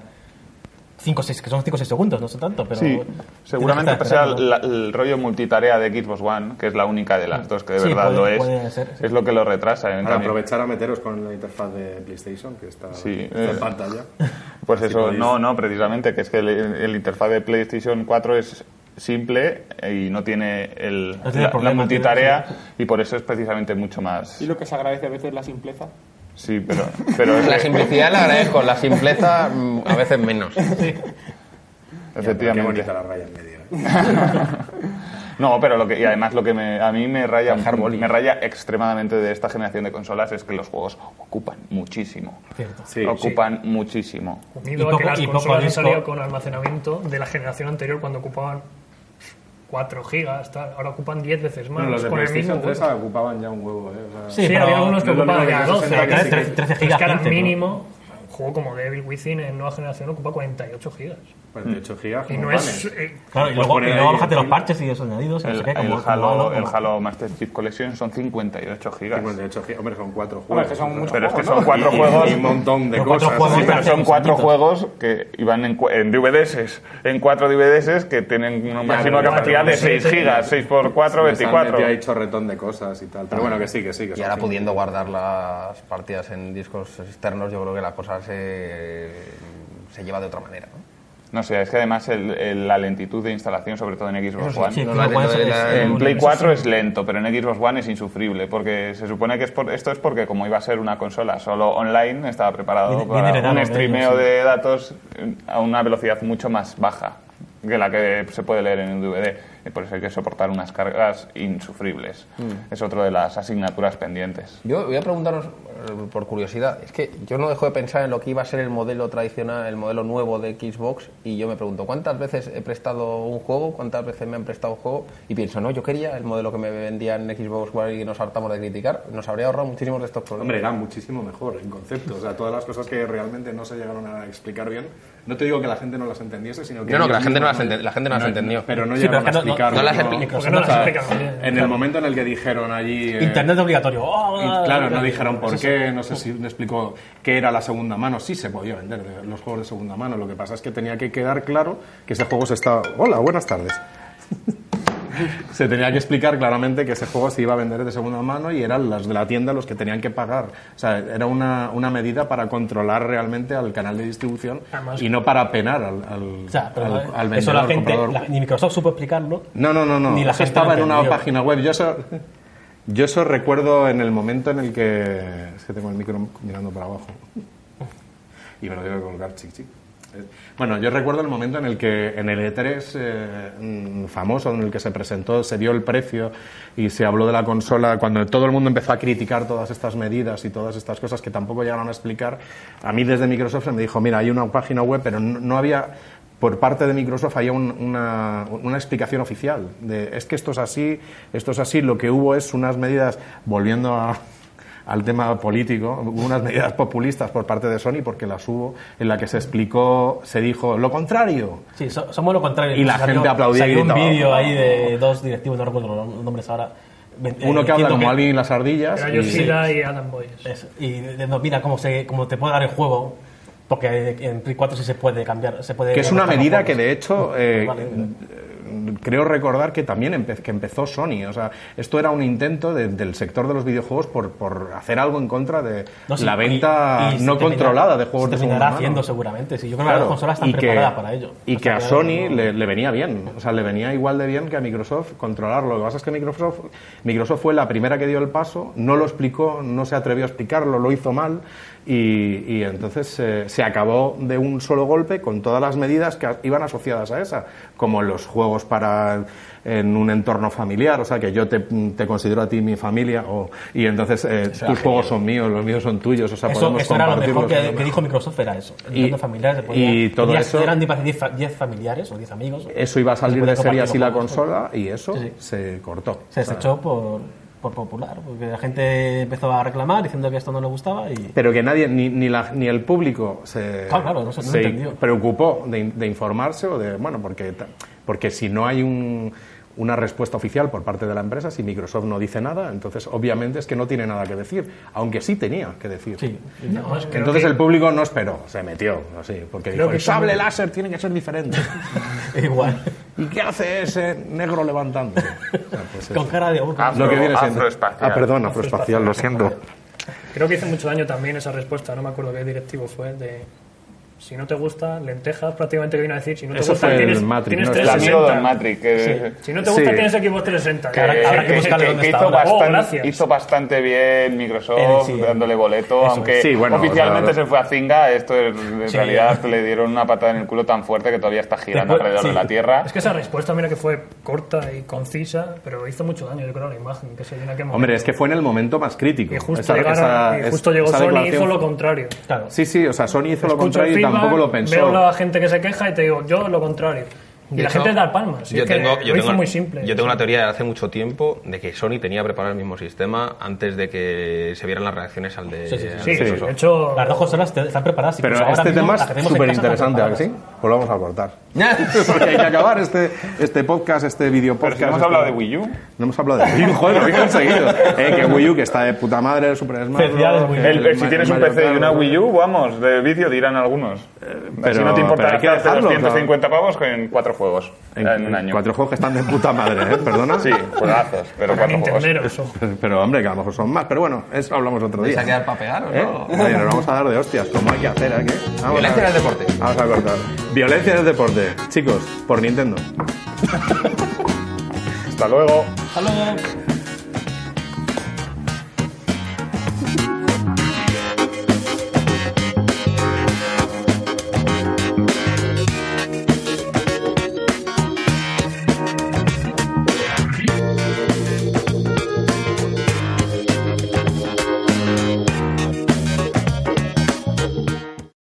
E: 5 6, que son 5 o 6 segundos, no sé tanto, pero...
D: Sí,
E: tienes que
D: seguramente
E: estar
D: pese al
E: esperando.
D: la- el rollo multitarea de Xbox One, que es la única de
C: Mm.
D: las dos que de
E: Sí,
D: verdad
E: puede-
D: lo es,
E: puede ser, sí.
D: es lo que lo retrasa. En
A: Para
D: cambio-
A: aprovechar a meteros con la interfaz de PlayStation, que está,
D: Sí,
A: está en
D: eh.
A: pantalla.
D: Pues
A: Así
D: eso,
A: podéis-
D: no, no, precisamente, que es que el, el interfaz de PlayStation 4 es simple y no tiene, el,
E: No
D: la-
E: tiene
D: la,
E: problema,
D: multitarea y por eso es precisamente mucho más.
B: Y lo que se agradece a veces es la simpleza.
D: Sí, pero, pero es-
C: La simplicidad la agradezco, la simpleza mm, a veces menos.
A: Ya, pero Qué bonita
D: efectivamente.
A: la raya en medio. ¿eh?
D: No, pero lo que, y además lo que me- a mí me raya,
C: Bajar boli.
D: me raya extremadamente de esta generación de consolas es que los juegos ocupan muchísimo.
E: Cierto.
A: Sí,
D: ocupan muchísimo.
E: Y
F: Unido a
E: poco-
F: que las
E: y poco
F: consolas han
E: disco.
F: salido con almacenamiento de la generación anterior cuando ocupaban 4 gigas, tal. ahora ocupan 10 veces más.
A: Bueno, los de
F: con el mismo
A: PlayStation 3
F: hueco.
A: ocupaban ya un huevo, ¿eh? O sea,
E: Sí,
F: Sí,
E: pero
F: había algunos que
A: no es lo
F: ocupaban
A: mismo
F: ya
A: que
F: 12.
A: 60 que
E: sí. 13
F: Es que ahora
E: gigas, 15,
F: mínimo, un juego como Devil Within en nueva generación ocupa 48 gigas.
A: 48 gigas.
F: Y
A: como
F: no
A: vale.
F: es. eh,
E: Claro,
A: Pues
E: y luego,
A: poner
E: y luego
A: ahí
E: bájate los
A: el-
E: parches y los añadidos. y no
D: El,
E: sé qué, como-
D: el
E: como algo
D: Halo,
E: como-
D: el Halo Master Chief Collection son 58 gigas.
A: 58 gigas. Hombre, son cuatro juegos.
B: Hombre, que son muchos
D: Pero es que
B: juegos,
D: son
B: ¿no?
D: cuatro
A: Y-
D: juegos.
A: Y un montón de
E: Pero cuatro
A: cosas.
E: juegos
D: Sí, pero son
E: Los
D: cuatro
E: antiguitos.
D: juegos que iban en, cu- en DVDs, en cuatro DVDs que tienen una máxima
A: pero
D: capacidad
A: cuatro,
D: de 6
F: siete,
D: gigas, 6 Ah, por 4,
A: Ya
D: 24.
A: ha hecho retón de cosas y tal. Pero bueno, que sí, que sí. Que
C: Y
A: son
C: ahora
A: cinco.
C: pudiendo guardar las partidas en discos externos, yo creo que la cosa se, mm, se lleva de otra manera. ¿no?
D: No sé, es que además el- el- la lentitud de instalación, sobre todo en Xbox One.
E: sí,
C: No,
E: claro,
C: la-
E: bueno,
C: la-
E: eso es-
C: la-
E: eh,
D: En
E: bueno,
D: Play
E: eso
D: 4
E: sí.
D: es lento, pero en Xbox One es insufrible, porque se supone que es por- esto es porque como iba a ser una consola solo online, estaba preparado
E: Viene-
D: para
E: viene heredado de
D: un
E: ello,
D: streameo
E: sí.
D: de datos eh, a una velocidad mucho más baja que la que se puede leer en un DVD. Y por eso hay que soportar unas cargas insufribles.
E: Mm.
D: Es otro de las asignaturas pendientes.
C: Yo voy a preguntaros eh, por curiosidad. Es que yo no dejo de pensar en lo que iba a ser el modelo tradicional, el modelo nuevo de Xbox, y yo me pregunto cuántas veces he prestado un juego, cuántas veces me han prestado un juego, y pienso, no, yo quería el modelo que me vendían en Xbox One y nos hartamos de criticar, nos habría ahorrado muchísimos de estos problemas.
A: Hombre, era muchísimo mejor en concepto. O sea, todas las cosas que realmente no se llegaron a explicar bien. No te digo que la gente no las entendiese, sino que.
C: No, no, que la
A: ellos
C: gente no
A: mismos
C: las ente- la gente no las entendió.
A: Pero no
E: Sí,
A: llegaron
E: pero
A: a
E: es que no- no-
A: explicarlo.
C: no las
A: ¿no?
C: expli-
F: Porque no
A: O sea,
F: las explican bien.
A: En el momento en el que dijeron allí. eh,
E: Internet obligatorio.
A: Y,
E: ¡Oh!
A: claro, no dijeron por qué, no sé si me explicó qué era la segunda mano. Sí se podía vender de- los juegos de segunda mano. Lo que pasa es que tenía que quedar claro que ese juego se estaba. Hola, buenas tardes. se tenía que explicar claramente que ese juego se iba a vender de segunda mano y eran las de la tienda los que tenían que pagar. O sea, era una, una medida para controlar realmente al canal de distribución
F: Además-
A: y no para penar al, al,
E: O sea, pero
A: al-
E: eh,
A: al
E: eso
A: vendedor,
E: la gente,
A: comprador.
E: la- ni Microsoft supo explicarlo.
A: No, no, no, no.
E: Ni la
A: eso
E: gente
A: estaba
E: lo
A: en una
E: entendió.
A: página web. Yo eso, yo eso recuerdo en el momento en el que. Es que tengo el micro mirando para abajo. Y me lo tengo que colgar, chic, chic. Eh, Bueno, yo recuerdo el momento en el que en el E3 eh, mm, famoso, en el que se presentó, se dio el precio y se habló de la consola, cuando todo el mundo empezó a criticar todas estas medidas y todas estas cosas que tampoco llegaron a explicar, a mí desde Microsoft se me dijo, mira, hay una página web, pero no no había, por parte de Microsoft había un- una, una explicación oficial de, es que esto es así, esto es así, lo que hubo es unas medidas, volviendo a al tema político, hubo unas medidas populistas por parte de Sony, porque las hubo, en la que se explicó, se dijo lo contrario.
E: Sí, so- somos lo contrario.
A: Y la
E: Salió-
A: gente aplaudía y
E: Salió un
A: gritaba.
E: vídeo ahí de dos directivos, no recuerdo los nombres ahora. ve-
A: Uno
E: eh,
A: que habla
E: diciendo
A: como alguien y las ardillas.
F: Era
A: y-
F: Yoshida y Adam Boyes.
E: Eso, y de- no, mira cómo, se, cómo te puede dar el juego, porque en Play 4 sí se puede cambiar. Se puede
A: que es una
E: adaptar los
A: medida
E: juegos.
A: que de hecho eh,
E: Ah, Vale, vale.
A: eh, creo recordar que también empe- que empezó Sony o sea esto era un intento de- del sector de los videojuegos por, por hacer algo en contra de
E: No, sí,
A: la
E: y-
A: venta
E: y se
A: no
E: termina-
A: controlada de juegos
E: se
A: de segunda
E: terminará
A: mano.
E: haciendo seguramente. Sí, yo creo que
A: Claro,
E: las consolas están
A: y que-
E: preparadas para ello.
A: Y
E: O
A: que
E: sea,
A: a
E: no-
A: Sony le, le venía bien, o sea, le venía igual de bien que a Microsoft controlarlo. Lo que pasa es que Microsoft, Microsoft fue la primera que dio el paso, no lo explicó, no se atrevió a explicarlo, lo hizo mal y, y entonces eh, se acabó de un solo golpe con todas las medidas que a- iban asociadas a esa, como los juegos para en un entorno familiar, o sea, que yo te, te considero a ti mi familia o- y entonces eh, tus juegos son míos, los míos son tuyos, o sea,
E: Eso,
A: podemos
E: eso era lo mejor
A: compartirlos.
E: que, que dijo Microsoft, era eso. El
A: Y-
E: entorno familiar se podía-
A: y todo
E: tenías-
A: eso-
E: Eran 10 fa- 10 familiares o 10 amigos.
A: Eso iba a
E: Se
A: salir
E: podía
A: de serie así
E: compartir
A: la
E: los juegos.
A: consola y eso
E: Sí, sí.
A: se cortó.
E: Se
A: O sea,
E: desechó por, por popular, porque la gente empezó a reclamar diciendo que esto no le gustaba y...
A: Pero que nadie, ni, ni, la- ni el público se,
E: Claro, claro, no se- no
A: se
E: entendió.
A: preocupó de, in- de informarse o de. Bueno, porque, ta- porque si no hay un- una respuesta oficial por parte de la empresa, si Microsoft no dice nada, entonces obviamente es que no tiene nada que decir, aunque sí tenía que decir.
E: Sí.
F: Además, creo
A: Entonces
F: que-
A: el público no esperó, se metió, así, porque
F: Creo
A: dijo,
F: que
A: el sable
F: también-
A: láser tiene que ser diferente.
E: Igual.
A: ¿Y qué hace ese negro levantando? O sea, pues
E: Con
A: eso.
E: cara de burro.
D: Afro-
A: Lo que viene siendo-
D: afroespacial.
A: Ah, perdón, afroespacial, lo siento.
F: Creo que hizo mucho daño también esa respuesta, no me acuerdo qué directivo fue, de si no te gusta, lentejas prácticamente que vino a decir, si no te
A: Eso
F: gusta,
A: fue el
F: tienes,
A: Matrix,
F: tienes
A: ¿no?
D: El amigo
F: 360.
D: del Matrix, que,
F: Sí. Si no te gusta,
A: Sí.
F: tienes Xbox 360.
D: que-
E: Habrá- habrá que
D: Eh, que-
E: buscarle
D: que
E: dónde está
D: hizo,
E: ahora.
F: Oh,
D: bastante,
F: gracias.
D: hizo bastante bien
E: Eh,
D: Microsoft
E: sí, eh.
D: dándole boleto,
E: Eso
D: aunque
A: es. Sí, bueno,
D: oficialmente
A: o sea,
D: se fue a Zinga. Esto es- en
E: Sí.
D: realidad le dieron una patada en el culo tan fuerte que todavía está girando
E: Después-
D: alrededor
E: sí.
D: de la Tierra.
F: Es que esa respuesta, mira que fue corta y concisa, pero hizo mucho daño, yo creo, a la imagen que se dio en aquel momento.
A: Hombre, es que fue en el momento más crítico.
F: Y justo,
A: Esa-
F: llegaron-
A: esa-
F: y justo
A: es-
F: llegó
A: esa
F: Sony y
A: declaración-
F: hizo lo contrario.
E: Claro.
A: Sí, sí, o sea, Sony hizo lo
F: Escucho
A: contrario y
F: feedback,
A: tampoco lo pensó.
F: Veo a la gente que se queja y te digo, yo lo contrario. Y
C: De
F: la
C: hecho,
F: gente da palmas.
C: Yo tengo, yo
F: lo hizo
C: tengo-
F: muy simple.
C: Yo tengo
F: O sea,
C: una teoría de hace mucho tiempo de que Sony tenía preparado el mismo sistema antes de que se vieran las reacciones al de.
E: Sí, sí, sí.
C: al
F: Sí,
C: de
F: sí,
C: Microsoft.
F: de hecho.
E: Las dos consolas te- están preparadas.
A: Pero
E: incluso ahora
A: este
E: mismo
A: tema
E: las que
A: es
E: tenemos en
A: súper
E: casa están
A: interesante, ¿a que sí?
E: preparadas.
A: Pues lo vamos a cortar. Porque hay que acabar este, este podcast, este video
D: Pero
A: podcast.
D: si no hemos
A: este-
D: hablado de Wii U.
A: No hemos hablado de Wii U, joder, lo he conseguido. Eh, que Wii U, que está de puta madre, el Super Smash.
E: Felicidades,
A: Bros,
E: Wii U.
A: que
D: El- el- si
A: Ma-
D: tienes un
A: Mario
D: PC y
A: Kart,
D: una Wii U, vamos, de vicio dirán algunos.
A: pero-
D: si no te importa
A: pero hay que
D: gastarte
A: dejarlo,
D: 250 pavos en cuatro juegos en,
A: En,
D: un año.
A: Cuatro juegos que están de puta madre, ¿eh? Perdona.
D: Sí, juegazos, pero
F: para
D: cuatro juegos.
F: nintenderos, ojo.
A: Pero hombre, que a lo mejor son más. Pero bueno, eso hablamos otro
C: ¿Vais
F: Pues
A: día.
C: a quedar para pegar o
A: ¿Eh?
C: no?
A: Oye, nos vamos a dar de hostias, como hay que hacer aquí. Vamos
C: Violencia
A: a-
C: en el deporte.
A: Vamos a cortar. Violencia en el deporte. Chicos, por Nintendo.
D: Hasta luego.
E: Hasta luego.